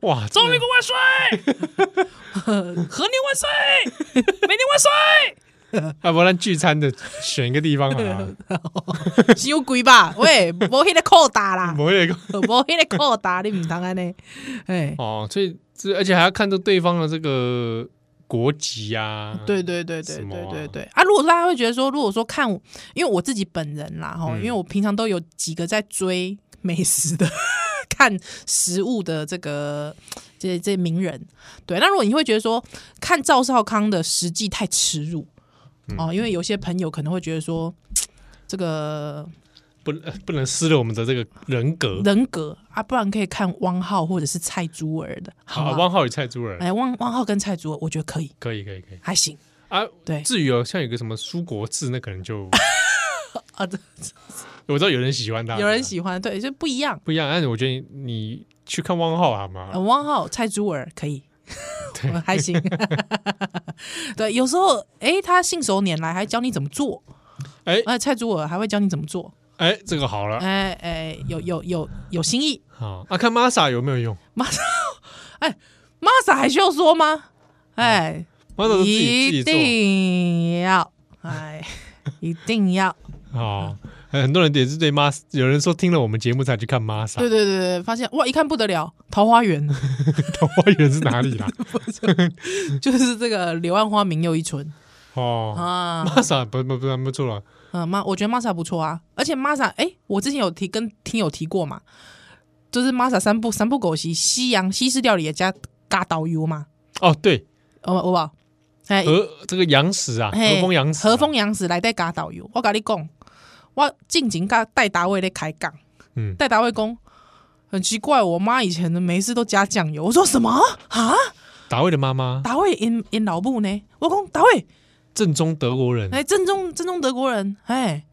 Speaker 2: 哇，
Speaker 3: [laughs] 中国万岁， [laughs] 和牛万岁，美牛
Speaker 2: 啊，不然聚餐的选一个地方
Speaker 3: [laughs]
Speaker 2: 啊，
Speaker 3: 万岁，有鬼吧？喂，无迄个扣打啦， [laughs]
Speaker 2: 某一个 [laughs]
Speaker 3: 无迄个扣打，你唔通安尼，哎、
Speaker 2: 哦，所以这而且还要看着对方的这个国籍啊，
Speaker 3: 对对对对
Speaker 2: 什么
Speaker 3: 对
Speaker 2: 啊
Speaker 3: 对对啊！如果大家会觉得说，如果说看我，因为我自己本人啦，哈、
Speaker 2: 嗯
Speaker 3: 因为我平常都有几个在追美食的、 [laughs] 看食物的这个这这名人，对。那如果你会觉得说，看赵少康的实际太
Speaker 2: 嗯
Speaker 3: 耻辱哦、因为有些朋友可能会觉得说，嘖这个
Speaker 2: 不能不能失了我们的这个人格。
Speaker 3: 人格啊，不然可以看汪浩或者是蔡珠儿的，好
Speaker 2: 好，
Speaker 3: 吗
Speaker 2: 汪浩与蔡珠儿，
Speaker 3: 哎，汪汪浩跟蔡珠儿，我觉得可以，
Speaker 2: 可以可以可以
Speaker 3: 还行，
Speaker 2: 啊。
Speaker 3: 对
Speaker 2: 至于有像有个什么苏国志，那可能就 [laughs]
Speaker 3: 啊，对
Speaker 2: 我知道有人喜欢他，
Speaker 3: 有人喜欢，对，就不一样。
Speaker 2: 不一样，但是我觉得你你去看汪浩好
Speaker 3: 呃
Speaker 2: 吗？
Speaker 3: 汪浩、蔡珠儿可以，我 [laughs] 还行。对，有时候哎，他信手拈来，还教你怎么做。
Speaker 2: 哎
Speaker 3: 哎，蔡珠儿还会教你怎么做。
Speaker 2: 哎，这个好了
Speaker 3: 哎哎，有有有有新意。
Speaker 2: 好啊，看 Masa 有没有用
Speaker 3: Masa 还需要说吗？哎，
Speaker 2: ，Masa 啊都自己
Speaker 3: 一
Speaker 2: 自己
Speaker 3: 定要，
Speaker 2: [laughs]
Speaker 3: 哎，一定要。
Speaker 2: 做哦。哎很多人也是对 Masa，有人说听了我们节目才去看 Masa，[laughs]
Speaker 3: 对对对对，发现哇，一看不得了，《桃花源》 [laughs]
Speaker 2: 桃花源是哪里啦？
Speaker 3: 就是这个柳暗花明又一村
Speaker 2: 哦
Speaker 3: 啊。
Speaker 2: ，Masa 不不不不错了，
Speaker 3: 嗯，妈，我觉得 Masa 不错啊，而且 Masa，哎、我之前有提跟听友提过嘛，就是 Masa 三部三部狗席，西洋西式料理也加嘎导游嘛，
Speaker 2: 哦对，
Speaker 3: 哦，好不好？哎、
Speaker 2: 和这个羊屎啊，
Speaker 3: 嘿
Speaker 2: 和风羊屎啊，
Speaker 3: 和风洋食来带嘎导游，我跟你讲，我近景跟戴达卫在开杠，
Speaker 2: 嗯
Speaker 3: 戴达卫讲很奇怪，我妈以前的没事都加酱油，我说什么啊？
Speaker 2: 达卫的妈妈，
Speaker 3: 达卫因因老母呢？我讲达卫。
Speaker 2: 正宗德国人，
Speaker 3: 哎，正宗正宗德国人，哎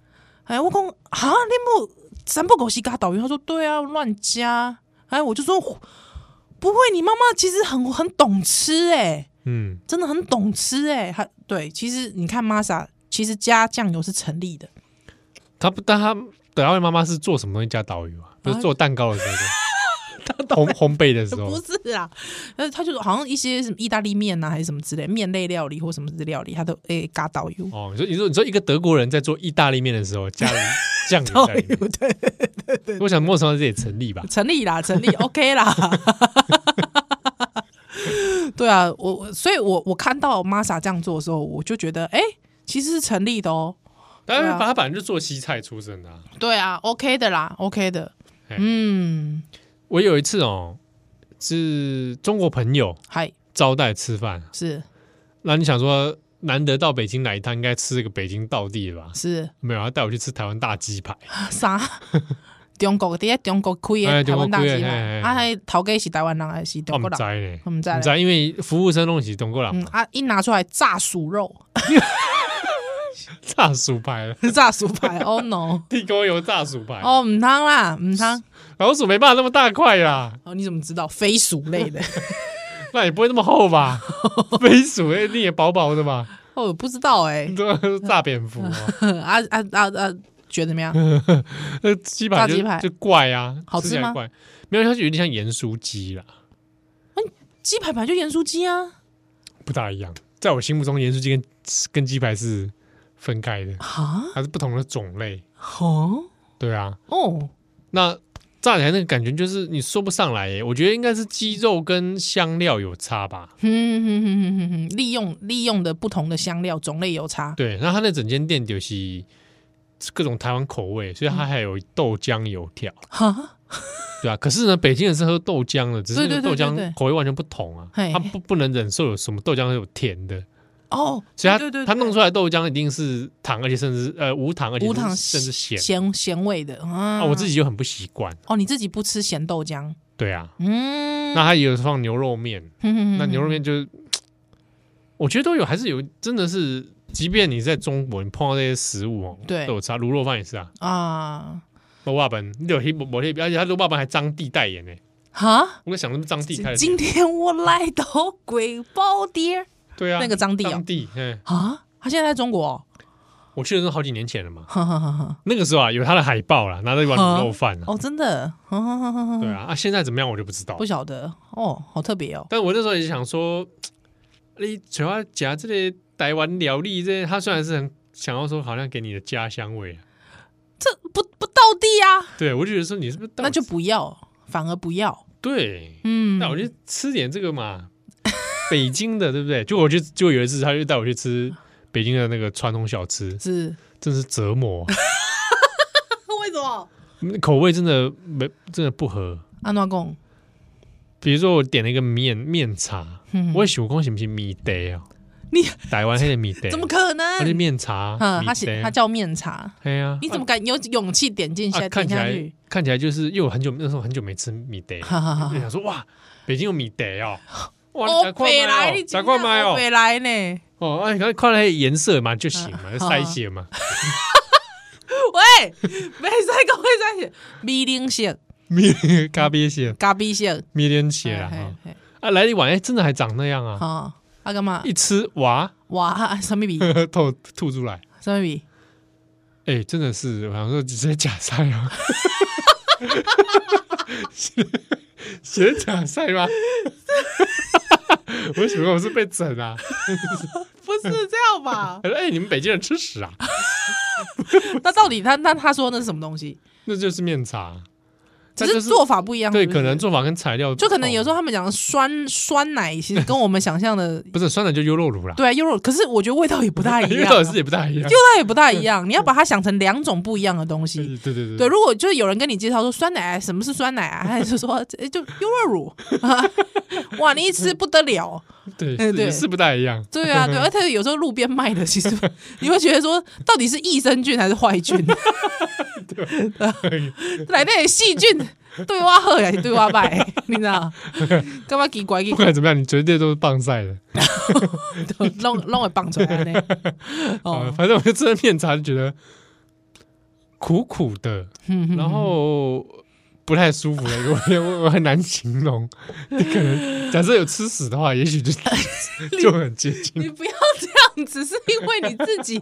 Speaker 3: 哎，我讲哈，你木三不狗西嘎导游，他说对啊，乱加，哎，我就说不会，你妈妈其实很很懂吃，哎，
Speaker 2: 嗯，
Speaker 3: 真的很懂吃，哎，还对，其实你看 Masa，其实加酱油是成立的，
Speaker 2: 他不，但他达卫妈妈是做什么东西加导游啊？不是做蛋糕的时
Speaker 3: [laughs]
Speaker 2: 候，烘烘焙的时候
Speaker 3: 不，是啦，呃，他就说好像一些什么意大利面呐、啊还是什么之类面类料理或什么之类料理，他都哎嘎导游，
Speaker 2: 哦，你说你说你说一个德国人在做意大利面的时候加了酱油在里面，
Speaker 3: 对，
Speaker 2: 我想莫桑这也成立吧？
Speaker 3: 成立啦，成立
Speaker 2: [laughs]
Speaker 3: ，OK 啦。 [laughs] 对啊，我我所以我，我看到 Masa 这样做的时候，我就觉得，哎、其实是成立的哦。
Speaker 2: 当
Speaker 3: 对
Speaker 2: 然，
Speaker 3: 啊
Speaker 2: 他本来就做西菜出身的啊。
Speaker 3: 对啊，OK 的啦，OK 的。
Speaker 2: 嘿
Speaker 3: 嗯，
Speaker 2: 我有一次哦，是中国朋友
Speaker 3: 嗨，
Speaker 2: 招待吃饭，
Speaker 3: 是
Speaker 2: 那你想说难得到北京来一趟，应该吃个北京道地的吧？
Speaker 3: 是， [laughs]
Speaker 2: 没有，他带我去吃台湾大鸡排，
Speaker 3: 啥？中国伫咧中国开的
Speaker 2: 哎
Speaker 3: 台湾大
Speaker 2: 中
Speaker 3: 戏
Speaker 2: 国
Speaker 3: 嘛
Speaker 2: 开的嘿嘿，哦
Speaker 3: 啊，迄头家是台湾人还是
Speaker 2: 我
Speaker 3: 中
Speaker 2: 们
Speaker 3: 国人？
Speaker 2: 摘嘞，
Speaker 3: 我们
Speaker 2: 我
Speaker 3: 在
Speaker 2: 们，摘，因为服务生弄起懂过了
Speaker 3: 嗯，啊，一拿出来炸薯肉， [laughs]
Speaker 2: 炸薯排了，
Speaker 3: 炸薯
Speaker 2: [laughs]
Speaker 3: 排，Oh no，
Speaker 2: 地沟油炸薯排，
Speaker 3: 哦，唔汤啦，唔汤，
Speaker 2: 老鼠没办法那么大块啦，
Speaker 3: 哦，你怎么知道非薯类
Speaker 2: [laughs]
Speaker 3: 的？
Speaker 2: 那也不会那么厚
Speaker 3: [laughs]
Speaker 2: 吧？飞鼠哎，你也薄薄的吧？
Speaker 3: 哦，我不知道哎、
Speaker 2: 对啊，炸蝙蝠
Speaker 3: [laughs]
Speaker 2: 啊，
Speaker 3: 啊啊啊啊！觉得怎么样？
Speaker 2: 那鸡排
Speaker 3: 炸
Speaker 2: 就
Speaker 3: 鸡排
Speaker 2: 就怪啊，
Speaker 3: 好吃
Speaker 2: 起来
Speaker 3: 吗
Speaker 2: 怪，没有，它就有点像盐酥鸡啦，
Speaker 3: 鸡排本来就盐酥鸡啊！
Speaker 2: 不大一样。在我心目中，盐酥鸡跟跟鸡排是分开的，
Speaker 3: 啊？
Speaker 2: 它是不同的种类。
Speaker 3: 哦
Speaker 2: 对啊，
Speaker 3: 哦，
Speaker 2: 那炸起来那个感觉就是你说不上来耶，我觉得应该是鸡肉跟香料有差吧。
Speaker 3: 哼哼哼哼哼哼，利用利用的不同的香料种类有差。
Speaker 2: 对，那它那整间店就是各种台湾口味，所以它还有豆浆油条。
Speaker 3: 哈，
Speaker 2: 对啊，可是呢，北京人是喝豆浆的，只是
Speaker 3: 对
Speaker 2: 那个
Speaker 3: 对
Speaker 2: 豆
Speaker 3: 对对对
Speaker 2: 浆口味完全不同啊，
Speaker 3: 嘿
Speaker 2: 他不不能忍受有什么豆浆有甜的，
Speaker 3: 哦，
Speaker 2: 所以他
Speaker 3: 对对对
Speaker 2: 他弄出来豆浆一定是糖，而且甚至呃无糖，而且
Speaker 3: 无糖
Speaker 2: 甚至咸
Speaker 3: 咸咸味的啊
Speaker 2: 啊，我自己就很不习惯。
Speaker 3: 哦，你自己不吃咸豆浆？
Speaker 2: 对啊，
Speaker 3: 嗯，
Speaker 2: 那他也有放牛肉面，
Speaker 3: 哼哼哼
Speaker 2: 那牛肉面就是我觉得都有，还是有，真的是，即便你在中国，你碰到这些食物哦，
Speaker 3: 对
Speaker 2: 都有差，卤肉饭也是啊，
Speaker 3: 啊
Speaker 2: 肉霸本有黑抹黑，而且他肉霸本还张帝代言呢，
Speaker 3: 哈！
Speaker 2: 我在想是不是张帝开的店，
Speaker 3: 今天我来到鬼包爹
Speaker 2: 对啊，
Speaker 3: 那个张帝哦
Speaker 2: 张帝，嗯，
Speaker 3: 啊，他现在在中国哦，
Speaker 2: 我去的是好几年前了嘛。
Speaker 3: 哈哈哈哈！
Speaker 2: 那个时候啊，有他的海报啦，拿着一碗卤肉饭啊，
Speaker 3: 哦，真的，哈哈哈哈哈
Speaker 2: 对啊，啊，现在怎么样我就不知道
Speaker 3: 不。晓得哦，好特别哦。
Speaker 2: 但我那时候也想说，哎你主要夹这类台湾料理这些，他虽然是很想要说好像给你的家乡味啊，
Speaker 3: 这不不到地啊，
Speaker 2: 对我就觉得说你是不是到
Speaker 3: 那就不要，反而不要。
Speaker 2: 对，
Speaker 3: 嗯，
Speaker 2: 那我就吃点这个嘛，北京的对不对？就我就就有一次，他就带我去吃北京的那个传统小吃，
Speaker 3: 是
Speaker 2: 真是折磨，啊
Speaker 3: 为什么？
Speaker 2: 口味真的没真的不合。
Speaker 3: 安诺贡，
Speaker 2: 比如说我点了一个面面茶，
Speaker 3: 嗯
Speaker 2: 我也想讲是不是米得啊？
Speaker 3: 你
Speaker 2: 台湾黑的米袋，
Speaker 3: [laughs] 怎么可
Speaker 2: 而且
Speaker 3: 能？
Speaker 2: 面茶，
Speaker 3: 嗯，
Speaker 2: 米
Speaker 3: 他写
Speaker 2: 茶
Speaker 3: 他，叫面茶，
Speaker 2: 哎呀，
Speaker 3: 你怎么
Speaker 2: 啊
Speaker 3: 敢有勇气点进
Speaker 2: 啊
Speaker 3: 去
Speaker 2: 看
Speaker 3: 点
Speaker 2: 起
Speaker 3: 下
Speaker 2: 来
Speaker 3: 去？
Speaker 2: 看起来就是因为我很久那时候很久没吃米袋，
Speaker 3: 哈哈哈
Speaker 2: 就！想说哇，北京有米袋哦， [laughs] 哇，
Speaker 3: 我
Speaker 2: 赶快
Speaker 3: 北
Speaker 2: 买
Speaker 3: 来，你
Speaker 2: 哦，赶快买哦，
Speaker 3: 北来呢？
Speaker 2: 哦，哎，看看那个颜色嘛，就行嘛，
Speaker 3: 啊
Speaker 2: 就塞血嘛，
Speaker 3: [laughs] 喂，没使讲，没使米零色、
Speaker 2: 米咖啡血，
Speaker 3: 咖啡色，
Speaker 2: 米点血啦，
Speaker 3: 嘿
Speaker 2: 哈
Speaker 3: 嘿
Speaker 2: 啊，来一碗，哎，真的还长那样
Speaker 3: 嘿
Speaker 2: 啊，
Speaker 3: 哦，啊干嘛？
Speaker 2: 一吃哇， [laughs]
Speaker 3: 哇， [laughs] 什么米？
Speaker 2: 吐吐出来，
Speaker 3: 什么米？
Speaker 2: 哎，真的是，我想说直接假塞 [laughs] 啊，写写假塞吗？ [laughs] 我以为我是被整啊，
Speaker 3: 不是这样吧？
Speaker 2: 他说哎，你们北京人吃屎啊，
Speaker 3: [laughs] 那到底他那他说那是什么东西？
Speaker 2: 那就是面茶，啊
Speaker 3: 只
Speaker 2: 那就是
Speaker 3: 做法不一样，
Speaker 2: 对，
Speaker 3: 是不是
Speaker 2: 可能做法跟材料不同，啊
Speaker 3: 就可能有时候他们讲的酸酸奶，其实跟我们想象的 [laughs]
Speaker 2: 不是酸奶就优酪乳啦，
Speaker 3: 对啊优酪，可是我觉得味道也不太一
Speaker 2: [laughs] 优
Speaker 3: 样啊，
Speaker 2: 酪
Speaker 3: 味
Speaker 2: 乳也不大一样，
Speaker 3: 道也不太一样。
Speaker 2: [laughs]
Speaker 3: 你要把它想成两种不一样的东
Speaker 2: 对
Speaker 3: 西。
Speaker 2: 对对
Speaker 3: 对，如果就是有人跟你介绍说酸奶，什么是酸奶啊？ [laughs] 还是说诶就优酪乳？ [laughs] 哇，你一吃不得了。
Speaker 2: 对
Speaker 3: 哎
Speaker 2: 是
Speaker 3: 对
Speaker 2: 也是不大一样。
Speaker 3: 对啊，对，
Speaker 2: [laughs]
Speaker 3: 而且有时候路边卖的，其实 [laughs] 你会觉得说，到底是益生菌还是坏菌？ [laughs]
Speaker 2: [laughs]
Speaker 3: 来那细菌对蛙喝还是对蛙败？ [laughs] 你知道？干嘛奇怪奇
Speaker 2: 不
Speaker 3: 怪
Speaker 2: 管怎么样，你绝对都是棒晒的。
Speaker 3: [laughs] 弄弄会放出
Speaker 2: [laughs]
Speaker 3: 来呢？
Speaker 2: 啊
Speaker 3: 哦，
Speaker 2: 反正我就吃了面茶，就觉得苦苦的，
Speaker 3: 嗯
Speaker 2: 然后不太舒服的一个味，我我很难形容。你可能假设有吃屎的话，也
Speaker 3: [laughs]
Speaker 2: 许就就很接近。
Speaker 3: 你不要这样子，是因为你自
Speaker 2: [laughs]
Speaker 3: 己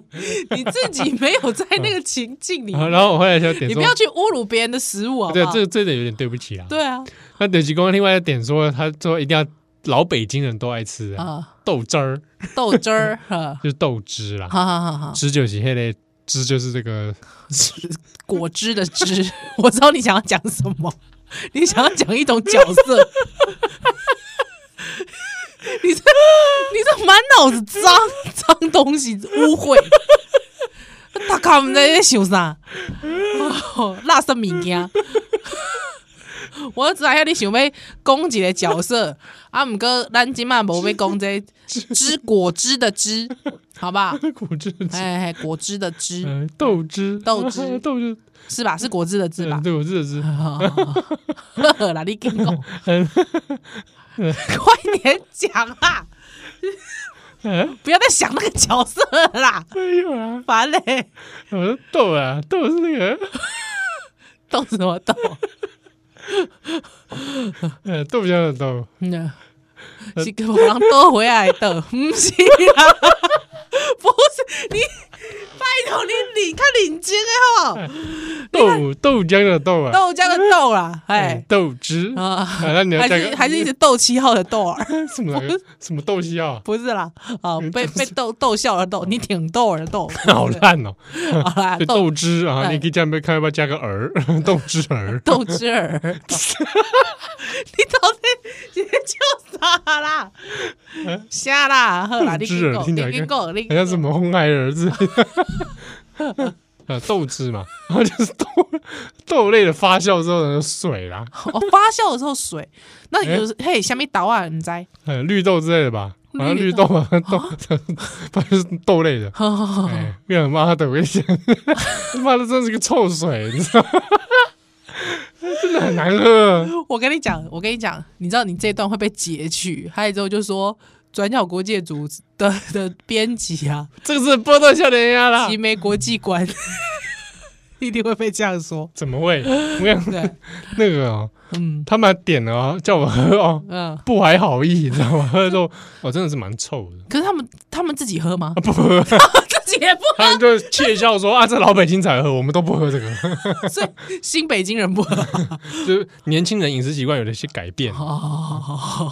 Speaker 3: 你自己没有在那个情境里
Speaker 2: 然，后然后我后来就点
Speaker 3: 你
Speaker 2: 说
Speaker 3: 不要，去侮辱别人的食物啊！
Speaker 2: 对，这这点有点对不起啊。
Speaker 3: 对啊
Speaker 2: 那德吉公另外一点说，他说一定要老北京人都爱吃的
Speaker 3: 啊，
Speaker 2: 豆汁儿，
Speaker 3: 豆汁儿，哈
Speaker 2: 就是豆汁啦，
Speaker 3: 哈哈哈。
Speaker 2: 汁就是黑嘞，汁就是这个 [laughs]
Speaker 3: 果汁的汁， [laughs] 我知道你想要讲什么，你想要讲一种角色。 [laughs] 你这你这满脑子脏脏东西污秽，大家们在想啥？哦，垃圾物件。我知影你想要讲一个角色，啊，毋过咱即满无要讲这汁果汁的汁，好不好？
Speaker 2: 苦汁汁。
Speaker 3: 哎，嘿果汁的汁。
Speaker 2: 呃，豆汁，
Speaker 3: 豆
Speaker 2: [laughs]
Speaker 3: 汁
Speaker 2: 豆汁，
Speaker 3: 是吧？是果汁的汁吧
Speaker 2: 呃？对，我真的
Speaker 3: [laughs]
Speaker 2: 是
Speaker 3: 呵呵啦，你给我快点讲啊！
Speaker 2: 嗯
Speaker 3: 不要再想那个角色了啦，
Speaker 2: 没有啊，
Speaker 3: 烦嘞！
Speaker 2: 我说豆啊，豆是那个 [laughs]
Speaker 3: 逗什么逗？
Speaker 2: 呃豆浆的豆，
Speaker 3: 嗯，是给我让逗回来的，不是啦，不是你，拜托你你看领巾的吼，
Speaker 2: 豆豆浆的豆啊，
Speaker 3: 豆浆的豆啦，
Speaker 2: 哎
Speaker 3: 哎
Speaker 2: 豆汁啊，
Speaker 3: 啊，
Speaker 2: 那你要
Speaker 3: 还
Speaker 2: 加
Speaker 3: 是
Speaker 2: 个
Speaker 3: 还是一直斗七号的豆儿。
Speaker 2: [laughs] 什么来着 [laughs] 什么豆西
Speaker 3: [laughs]
Speaker 2: 啊，
Speaker 3: 不是啦，啊，被被逗逗笑了逗，你挺逗儿的逗，
Speaker 2: 好烂哦，
Speaker 3: 好啦，
Speaker 2: 对
Speaker 3: 逗
Speaker 2: 豆汁啊，
Speaker 3: 哎
Speaker 2: 你可以这样看要不要加个儿， [laughs] 豆汁
Speaker 3: [laughs]
Speaker 2: 儿，
Speaker 3: 豆汁儿，你到底你在叫啥啦？瞎啦，好啦，
Speaker 2: [laughs] 豆
Speaker 3: 你
Speaker 2: 汁儿
Speaker 3: 给我
Speaker 2: 听起来
Speaker 3: 你给
Speaker 2: 跟
Speaker 3: 我你
Speaker 2: 好
Speaker 3: 给我
Speaker 2: 像什么红孩儿子。 [laughs] 啊，豆汁嘛， [laughs] 然后就是豆豆类的发酵之后的水啦， [laughs]
Speaker 3: 哦，发酵的时候水，那有
Speaker 2: 哎
Speaker 3: 时嘿，下面倒
Speaker 2: [laughs]
Speaker 3: 啊，你知？
Speaker 2: 呃，绿豆之类的吧，
Speaker 3: 绿
Speaker 2: 好像绿豆
Speaker 3: 豆
Speaker 2: 吧， [laughs] 豆，反正就是豆类的。哎，月亮妈的，我跟你讲， [laughs] 他妈的真是个臭水，你知道吗？真的很难喝。
Speaker 3: 我跟你讲，我跟你讲，你知道你这一段会被截取，还有之后就说转角国界组的的编辑
Speaker 2: [laughs]
Speaker 3: 啊，
Speaker 2: 这个是波多笑脸鸭啦
Speaker 3: 集，美国际观， [laughs] 一定会被这样说。
Speaker 2: 怎么会？我跟你讲
Speaker 3: 对，
Speaker 2: 那个哦，
Speaker 3: 嗯
Speaker 2: 他们还点了哦，叫我喝哦，
Speaker 3: 嗯，
Speaker 2: 不怀好意，你知道吗？喝了之后，我真的是蛮臭的。
Speaker 3: 可是他们他们自己
Speaker 2: [laughs]
Speaker 3: 喝吗？
Speaker 2: 不喝，
Speaker 3: 自己也不
Speaker 2: 他们就窃笑说啊，这老北京才喝，我们都不喝这个。 [laughs]
Speaker 3: 所以新北京人不喝。
Speaker 2: 就是年轻人饮食习惯有了一些改变，
Speaker 3: 哦，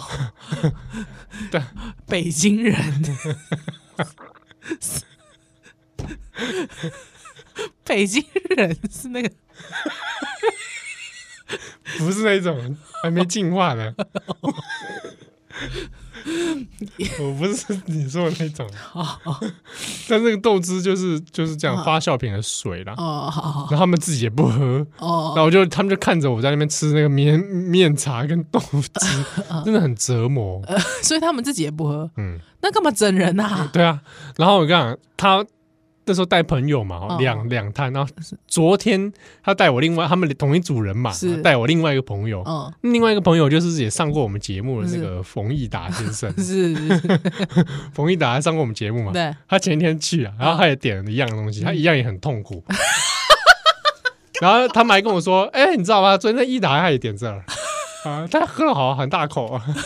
Speaker 2: 对，
Speaker 3: 北京人，北京人是那个
Speaker 2: 不是那种还没进化呢。我不是你说的那种，
Speaker 3: 哦哦
Speaker 2: 但
Speaker 3: 嗯
Speaker 2: 那个豆汁就是就是这样发酵品的水啦，
Speaker 3: 哦
Speaker 2: 然后他们自己也不喝，
Speaker 3: 哦
Speaker 2: 然后我就他们就看着我在那边吃那个面面茶跟豆汁，[laughs]
Speaker 3: 嗯
Speaker 2: 真的很折磨。
Speaker 3: 所以他们自己也不喝，
Speaker 2: 嗯，
Speaker 3: 那干嘛整人啊？
Speaker 2: 对啊。然后我跟你讲，他那时候带朋友嘛，
Speaker 3: 哦
Speaker 2: 两两摊。然后昨天他带我另外他们同一组人嘛
Speaker 3: 是，
Speaker 2: 带我另外一个朋友。
Speaker 3: 嗯，
Speaker 2: 另外一个朋友就是也上过我们节目的
Speaker 3: 是
Speaker 2: 那个冯益达先生， [laughs]
Speaker 3: 是，是是
Speaker 2: 冯益达还上过我们节目嘛？
Speaker 3: 对，嗯
Speaker 2: 他前一天去啊，然后他也点了一样的东西，他一样也很痛苦。 [laughs] 然后他们还跟我说：“哎、你知道吗？昨天那益达他也点这儿 [laughs] 啊，他喝了好很大口、啊。” [laughs]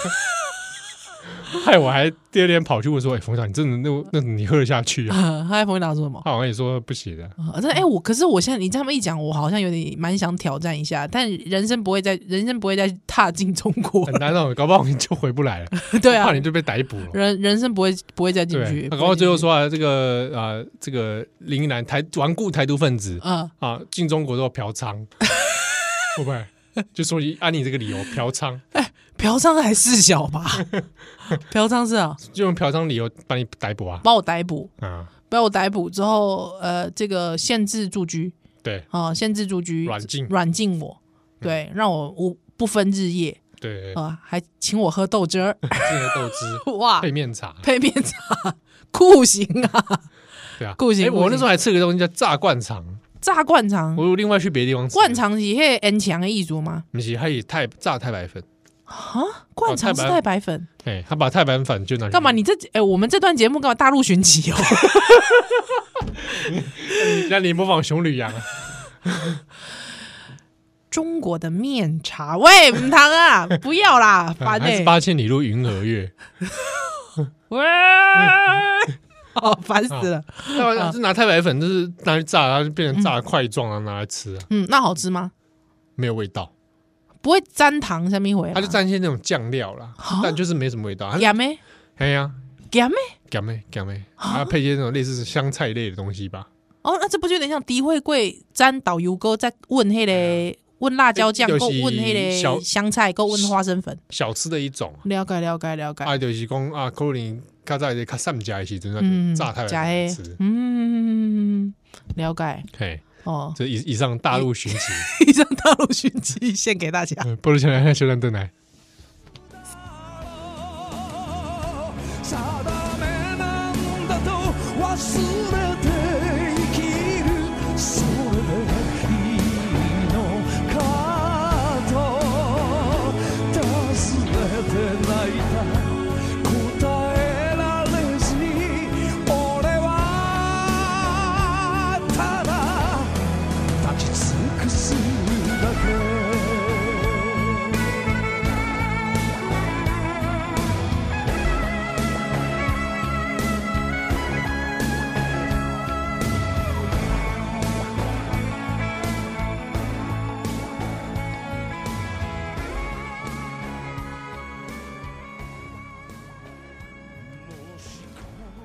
Speaker 2: 害我还第二天跑去问说：“哎、冯小，你真的那那你喝得下去啊
Speaker 3: 呃他还朋友拿什？”么？
Speaker 2: 他好像也说不行的。
Speaker 3: 啊但哎、我可是我现在你这么一讲，我好像有点蛮想挑战一下，但人生不会再人生不会再踏进中国
Speaker 2: 很，难哦，搞不好你就回不来了，
Speaker 3: 对啊
Speaker 2: 呃怕，你就被逮捕了。
Speaker 3: 人人生不会不会再进去
Speaker 2: 对，。
Speaker 3: 不
Speaker 2: 然
Speaker 3: 会
Speaker 2: 后最后
Speaker 3: 进去，
Speaker 2: 说啊，这个啊、这个林南台顽固台独分子
Speaker 3: 嗯，
Speaker 2: 啊，进中国都要嫖娼， [laughs] 会不会？就说以按你这个理由嫖娼，
Speaker 3: [laughs] 嫖娼还事小 [laughs] 吧？嫖娼是啊，
Speaker 2: 就用嫖娼理由把你逮捕啊
Speaker 3: 把我逮捕，
Speaker 2: 啊！
Speaker 3: 把我逮捕之后，呃，这个限制住居
Speaker 2: 对
Speaker 3: 啊、限制住居，
Speaker 2: 软禁嗯
Speaker 3: 软禁我，对，让我无不分日夜
Speaker 2: 对，
Speaker 3: 啊、还请我喝
Speaker 2: [laughs]
Speaker 3: 豆汁儿，
Speaker 2: 这个豆汁
Speaker 3: 哇
Speaker 2: 配，面茶，
Speaker 3: 配面茶，酷刑啊，
Speaker 2: 对
Speaker 3: [laughs]
Speaker 2: 啊。
Speaker 3: 酷刑
Speaker 2: 哎
Speaker 3: 酷
Speaker 2: 我
Speaker 3: 刑
Speaker 2: 那时候还吃了个东西叫炸灌肠，
Speaker 3: 炸灌肠，
Speaker 2: 我有另外去别的地方吃。
Speaker 3: 灌，肠是迄 N 强的艺术吗？
Speaker 2: 不是，它也太炸太白粉，
Speaker 3: 啊，灌肠
Speaker 2: 太
Speaker 3: 是
Speaker 2: 白
Speaker 3: 太白粉，
Speaker 2: 哎，他把太白粉就拿去
Speaker 3: 干嘛？？你这哎、我们这段节目干嘛大陆
Speaker 2: [laughs]
Speaker 3: 寻奇哦？
Speaker 2: 那你模仿熊吕羊啊？
Speaker 3: 中国的面茶，喂，唔糖啊，不要啦，烦
Speaker 2: [laughs] 还
Speaker 3: 哎、
Speaker 2: 是八千里路云和月？
Speaker 3: 喂，哦，烦死了。啊
Speaker 2: 那是拿太白粉，就是拿去炸，然后就变成炸块状，然后拿来吃啊，
Speaker 3: 嗯，那好吃吗？什
Speaker 2: 没有味道。
Speaker 3: 不会沾糖下面回，
Speaker 2: 它就蘸一些那种酱料啦，
Speaker 3: 啊
Speaker 2: 但就是没什么味道。它
Speaker 3: 咸咩？
Speaker 2: 哎呀，
Speaker 3: 咸咩？
Speaker 2: 干妹干妹，
Speaker 3: 啊
Speaker 2: 还配一些那种类似香菜类的东西吧。
Speaker 3: 哦，那这不就有点像低惠贵沾导游哥在问迄、个问辣椒酱，
Speaker 2: 就
Speaker 3: 够
Speaker 2: 是
Speaker 3: 问迄
Speaker 2: 小
Speaker 3: 个香菜，够问花生粉。
Speaker 2: 小吃的一种
Speaker 3: 了解了解了解。
Speaker 2: 啊，就是讲啊，可能较早在较散食的时阵，那
Speaker 3: 嗯，
Speaker 2: 就炸太
Speaker 3: 假
Speaker 2: 白
Speaker 3: 黑
Speaker 2: 粉吃。
Speaker 3: 嗯，了解
Speaker 2: 嘿，
Speaker 3: 哦。
Speaker 2: 这以以上大陆寻奇，
Speaker 3: 以上大陆寻迹献给大家。
Speaker 2: 嗯不如先来看修兰邓来。
Speaker 1: 定めなんだと忘れて生きるそれでいいのかと尋ねて泣いた答えられずに俺はただ立ち尽くすだけ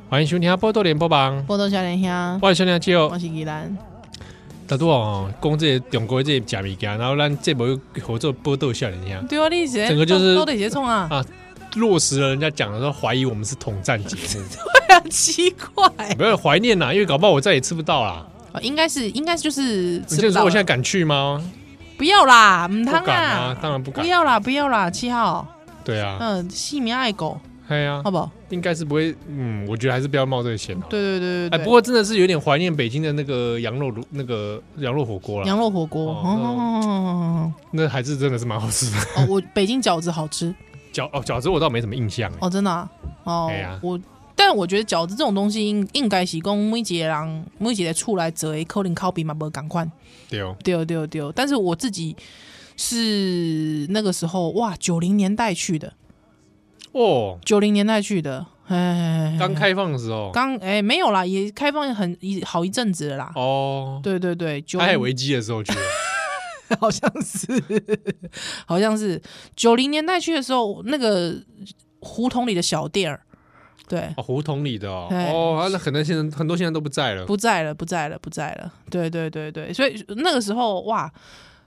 Speaker 2: 欢迎收听波多连播榜，
Speaker 3: 波多小莲香，
Speaker 2: 我是小梁舅
Speaker 3: 我。是依兰。
Speaker 2: 哦大多哦，讲这个中国的这食物件，然后咱这部合作波多笑人家，
Speaker 3: 对啊，你写
Speaker 2: 整个就是
Speaker 3: 都得写冲啊
Speaker 2: 啊，落实了人家讲的时候，怀疑我们是统战节目， [laughs]
Speaker 3: 对啊，奇怪，
Speaker 2: 不要怀念啦，因为搞不好我再也吃不到啦。
Speaker 3: 哦应该是应该就是
Speaker 2: 你
Speaker 3: 吃
Speaker 2: 就
Speaker 3: 不
Speaker 2: 说
Speaker 3: 到
Speaker 2: 我现在
Speaker 3: 了。嗯
Speaker 2: 敢去吗？
Speaker 3: 不要啦，唔
Speaker 2: 不
Speaker 3: 汤
Speaker 2: 敢啊，当然不
Speaker 3: 不
Speaker 2: 敢。
Speaker 3: 要啦，不要啦，七号，
Speaker 2: 对啊，
Speaker 3: 嗯，细名爱狗，
Speaker 2: 哎呀
Speaker 3: 好，不好？
Speaker 2: 应该是不会，嗯，我觉得还是不要冒这个险啊。
Speaker 3: 哦对对对
Speaker 2: 哎，
Speaker 3: 对对。
Speaker 2: 不过真的是有点怀念北京的那个羊肉炉，那个羊肉火锅
Speaker 3: 羊
Speaker 2: 了，
Speaker 3: 肉火锅，
Speaker 2: 哦
Speaker 3: 哦哦
Speaker 2: 那还是真的是蛮好吃的。 [laughs]
Speaker 3: 哦，我北京饺子好吃
Speaker 2: 饺哦，饺子我倒没什么印象哎，
Speaker 3: 哦，真的啊哦
Speaker 2: 哎呀，
Speaker 3: 我但我觉得饺子这种东西应应该是讲每一个人每一个厝来做的，可能口比嘛无共款，
Speaker 2: 对哦，
Speaker 3: 对对对，但是我自己是那个时候哇，九零年代去的，
Speaker 2: 哦，
Speaker 3: 九零年代去的，哎，
Speaker 2: 刚开放的时候，
Speaker 3: 刚哎没有啦，也开放很一好一阵子了啦，
Speaker 2: 哦，
Speaker 3: 对对对，九
Speaker 2: 台海危机的时候去的，
Speaker 3: 好像是，好像是九零年代去的时候，那个胡同里的小店儿，对，
Speaker 2: 哦，胡同里的哦，
Speaker 3: 哎
Speaker 2: 哦，啊那可能现在很多现在都不在了，
Speaker 3: 不在了，不在了，不在了，对对对对，所以那个时候哇，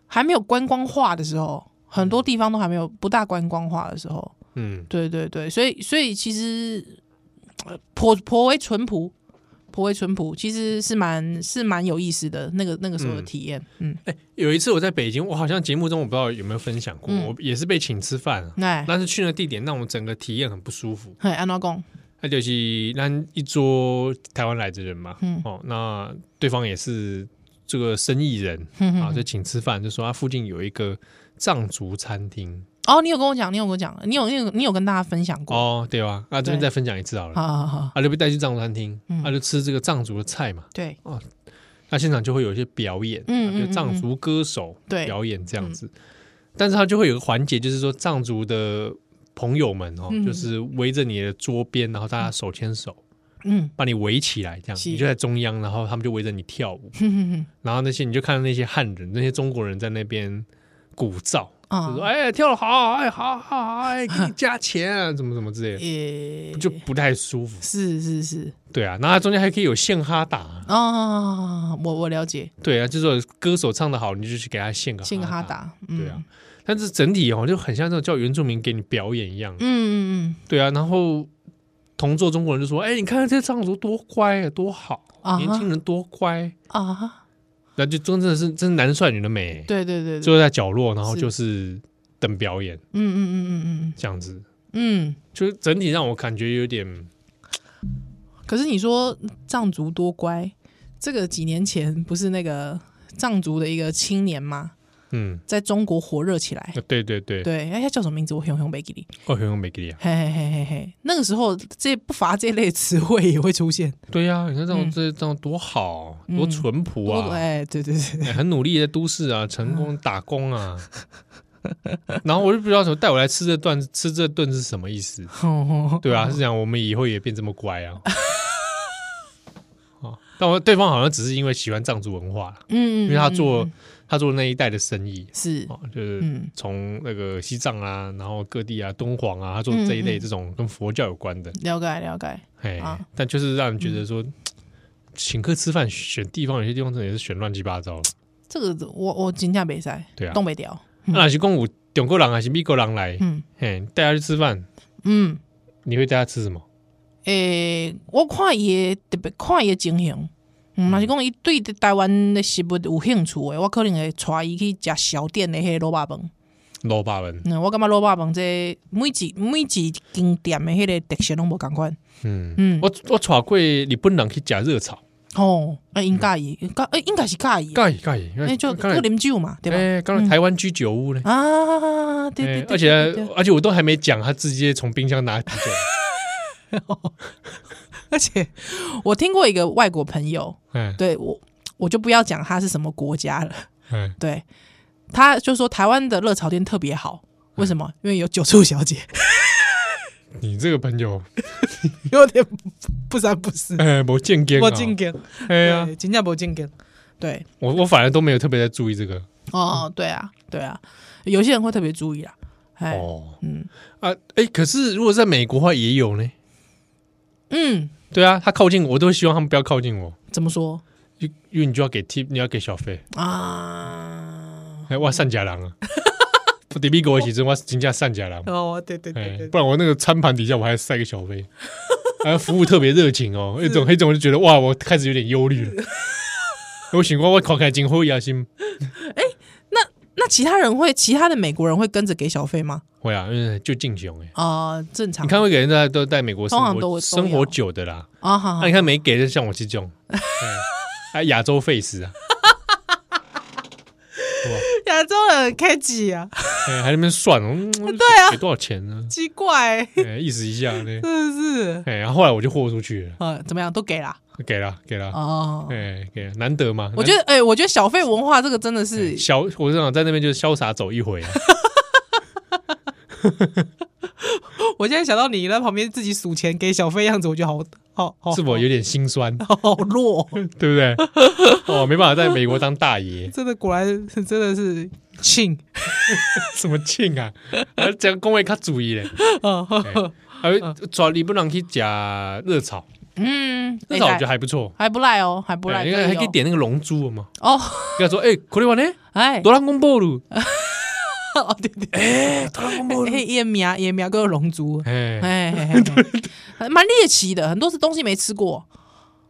Speaker 3: 还没有观光化的时候，很多地方都还没有不大观光化的时候，
Speaker 2: 嗯，
Speaker 3: 对对对，所以所以其实呃颇颇为淳朴，婆为淳朴，其实是蛮是蛮有意思的那个那个时候的
Speaker 2: 嗯
Speaker 3: 体验。嗯，
Speaker 2: 有一次我在北京，我好像节目中我不知道有没有分享过，
Speaker 3: 嗯
Speaker 2: 我也是被请吃饭啊，
Speaker 3: 哎、
Speaker 2: 但是去那地点让我整个体验很不舒服。
Speaker 3: 嘿，安娜公，
Speaker 2: 那就是咱一桌台湾来的人嘛，
Speaker 3: 嗯
Speaker 2: 哦，那对方也是这个生意人
Speaker 3: 嗯哼哼
Speaker 2: 啊，就请吃饭，就说他附近有一个藏族餐厅
Speaker 3: 哦，你有跟我讲，你有跟我讲，你有你有你有跟大家分享过，
Speaker 2: 哦，对吧？那这边
Speaker 3: 对
Speaker 2: 再分享一次好了，
Speaker 3: 好好好好，
Speaker 2: 啊，就被带去藏族餐厅，
Speaker 3: 嗯
Speaker 2: 啊，就吃这个藏族的菜嘛，
Speaker 3: 对，
Speaker 2: 那现场就会有一些表演，
Speaker 3: 嗯
Speaker 2: 啊
Speaker 3: 嗯
Speaker 2: 就藏族歌手
Speaker 3: 对嗯
Speaker 2: 表演这样子，但是他就会有个环节，就是说藏族的朋友们哦，
Speaker 3: 嗯
Speaker 2: 就是围着你的桌边，然后大家手牵手。
Speaker 3: 嗯，
Speaker 2: 把你围起来，这样
Speaker 3: 是
Speaker 2: 你就在中央，然后他们就围着你跳
Speaker 3: [laughs]
Speaker 2: 舞，
Speaker 3: 哼哼哼，
Speaker 2: 然后那些你就看到那些汉人、那些中国人在那边鼓噪，就说：“
Speaker 3: 啊，
Speaker 2: 哎，跳的好，哎，好好好，哎，给你加钱啊，怎么怎么之
Speaker 3: [laughs]
Speaker 2: 类的，
Speaker 3: 也
Speaker 2: 就不太舒服。
Speaker 3: 呃是是是，”哦
Speaker 2: 对啊，然后它中间还可以有献哈打，
Speaker 3: 啊，我我了解，
Speaker 2: 对啊，就是歌手唱的好，你就去给他献个
Speaker 3: 信哈
Speaker 2: 打，
Speaker 3: 达，嗯
Speaker 2: 啊对啊。但是整体哦，就很像那种叫原住民给你表演一样，
Speaker 3: 嗯嗯
Speaker 2: 对啊。然后同座中国人就说：“哎，你看这藏族多乖啊，多好
Speaker 3: 啊，哈
Speaker 2: 年轻人多乖。”
Speaker 3: 嗯啊，
Speaker 2: 那就真的是真男帅女的美，
Speaker 3: 对对对，对
Speaker 2: 就在角落，然后
Speaker 3: 是
Speaker 2: 就是等表演
Speaker 3: 嗯嗯嗯嗯嗯
Speaker 2: 这样子，
Speaker 3: 嗯
Speaker 2: 就是整体让我感觉有点
Speaker 3: 嗯，可是你说藏族多乖，这个几年前不是那个藏族的一个青年吗？
Speaker 2: 嗯，
Speaker 3: 在中国火热起来，
Speaker 2: 呃对对对，
Speaker 3: 对，哎，他叫什么名字？我熊熊没给你。
Speaker 2: 哦，很有美丽啊，
Speaker 3: 嘿嘿嘿嘿嘿，那个时候这不乏这类词汇也会出现。
Speaker 2: 对呀、你看这种
Speaker 3: 嗯
Speaker 2: 这这样多好，
Speaker 3: 嗯
Speaker 2: 多淳朴
Speaker 3: 多
Speaker 2: 啊，
Speaker 3: 哎，对对
Speaker 2: [laughs]
Speaker 3: 对，
Speaker 2: 哎很努力在都市啊，成
Speaker 3: 嗯
Speaker 2: 功打工啊， [laughs] 然后我就不知道什么带我来吃这顿吃这顿是什么意思，
Speaker 3: 嗯
Speaker 2: 对啊，是讲我们以后也变这么乖
Speaker 3: [laughs]
Speaker 2: 啊。哦，但我对方好像只是因为喜欢藏族文化啦，
Speaker 3: 嗯，嗯，
Speaker 2: 因为他
Speaker 3: 嗯
Speaker 2: 做、
Speaker 3: 嗯
Speaker 2: 他做那一带的生意，
Speaker 3: 是，
Speaker 2: 哦，就是
Speaker 3: 嗯
Speaker 2: 从那个西藏啊，然后各地啊，敦煌啊，他做
Speaker 3: 嗯
Speaker 2: 这一类这种跟佛教有关的，
Speaker 3: 了解了解，
Speaker 2: 哎、
Speaker 3: 啊
Speaker 2: 但就是让人觉得说，请客吃饭选地方，有些地方真的也是选乱七八糟了。
Speaker 3: 这个我我真正没塞，
Speaker 2: 对啊
Speaker 3: 东北调，嗯
Speaker 2: 那、是公武中国人还是美国人来，
Speaker 3: 嗯
Speaker 2: 嘿，带他去吃饭，
Speaker 3: 嗯，
Speaker 2: 你会带他吃什么？
Speaker 3: 诶，我看伊特别看伊情形。嗯，若是讲伊对台湾的食物有兴趣诶，我可能会带伊去食小店的迄个卤肉饭。
Speaker 2: 老爸们，
Speaker 3: 嗯，我感觉卤肉饭这每一每一间店的迄个特色拢无共款。
Speaker 2: 嗯，
Speaker 3: 嗯，
Speaker 2: 我我带过日本人去吃热炒，
Speaker 3: 哦，啊，因介
Speaker 2: 嗯
Speaker 3: 意，介诶，应该是介意的。
Speaker 2: 介意介意，
Speaker 3: 那哎就
Speaker 2: 刚
Speaker 3: 不
Speaker 2: 才
Speaker 3: 啉酒嘛，对吧？
Speaker 2: 哎，刚才
Speaker 3: 嗯
Speaker 2: 台湾居酒屋呢，
Speaker 3: 啊，对对
Speaker 2: 哎
Speaker 3: 对，
Speaker 2: 而
Speaker 3: 对对
Speaker 2: 且
Speaker 3: 对
Speaker 2: 而且我都还没讲，他直接从冰箱拿啤酒，
Speaker 3: [laughs] 而且我听过一个外国朋友，
Speaker 2: [laughs] 哎
Speaker 3: 对我我就不要讲他是什么国家了，
Speaker 2: 哎，
Speaker 3: 对，他就说台湾的热炒店特别好，为什么？因为有九处小姐，
Speaker 2: 你这个朋 [laughs] 友。
Speaker 3: 有点不不三不四，
Speaker 2: 哎，没见见、啊，
Speaker 3: 不正经，
Speaker 2: 哎呀、
Speaker 3: 对，真正不正经，对，
Speaker 2: 我我反而都没有特别在注意这个
Speaker 3: 哦，对啊，对啊，有些人会特别注意啦，哎，
Speaker 2: 哦
Speaker 3: 嗯
Speaker 2: 啊，哎，可是如果在美国的话也有呢。
Speaker 3: 嗯，
Speaker 2: 对啊，他靠近我，我都希望他们不要靠近我，
Speaker 3: 怎么说
Speaker 2: 因因为你就要给 tip，你要给小费。
Speaker 3: 哦啊？
Speaker 2: 哎，哇，善假郎
Speaker 3: [laughs]
Speaker 2: 啊，我底比狗一起争，我真叫善假郎。
Speaker 3: 哦，对对对
Speaker 2: 哎
Speaker 3: 对，
Speaker 2: 不然我那个餐盘底下我还塞个小
Speaker 3: [laughs]
Speaker 2: 费，还服务特别热情哦，一种黑种我就觉得哇，我开始有点忧虑
Speaker 3: [laughs]
Speaker 2: 了。我想过我看看今后野啊心
Speaker 3: 那其他人会，其他的美国人会跟着给小费吗？
Speaker 2: 会啊，因为就敬雄哎，
Speaker 3: 啊、正常。
Speaker 2: 你看会给人家都在美国生
Speaker 3: 通常都啊
Speaker 2: 活
Speaker 3: 都
Speaker 2: 生活
Speaker 3: 有
Speaker 2: 久的啦，
Speaker 3: 啊，好好
Speaker 2: 那、你看没给的像我这种，哎啊亚洲 face 啊，
Speaker 3: 亚洲人开几啊？
Speaker 2: 哎还在那边算，
Speaker 3: [laughs]
Speaker 2: 嗯、对啊，给多少钱呢？
Speaker 3: 奇怪、
Speaker 2: 哎，意思一下呢，
Speaker 3: 是不是？
Speaker 2: 哎，然后后来我就豁出去了，
Speaker 3: 呃，怎么样都给啦。
Speaker 2: 给了给了，
Speaker 3: 哦，
Speaker 2: 哎给了，难得嘛，
Speaker 3: 我觉得，哎、我觉得小费文化这个真的
Speaker 2: 难哎
Speaker 3: 是，
Speaker 2: 潇，我正想在那边就是潇洒走一回啊， [laughs]
Speaker 3: 我现在想到你在旁边自己数钱给小费样子，我觉得好好好，
Speaker 2: 是否有点心酸， [laughs]
Speaker 3: 好弱？
Speaker 2: 对 [laughs] 不对？哦，没办法在美国当大爷， [laughs]
Speaker 3: 真的，果然真的是庆
Speaker 2: 什么庆啊， [laughs] 啊讲工位卡注意嘞，
Speaker 3: 啊，
Speaker 2: 哎
Speaker 3: [laughs]
Speaker 2: 啊，抓你不能去夹热炒，
Speaker 3: 嗯，
Speaker 2: 热炒我
Speaker 3: 哎
Speaker 2: 觉得还不错，
Speaker 3: 还不赖哦，还不赖，
Speaker 2: 哎因为还可以
Speaker 3: 哦
Speaker 2: 点那个龙珠嘛。
Speaker 3: 哦，
Speaker 2: 跟他说：“哎、これは
Speaker 3: [laughs]
Speaker 2: ね、
Speaker 3: 哎，
Speaker 2: ドラゴンボール。
Speaker 3: 哦对对，
Speaker 2: 哎、ドラゴンボ
Speaker 3: [laughs] 哎，。夜苗夜苗跟龙珠，
Speaker 2: 哎，
Speaker 3: 哎，嘿嘿嘿蛮猎奇的，很多是东西没吃过，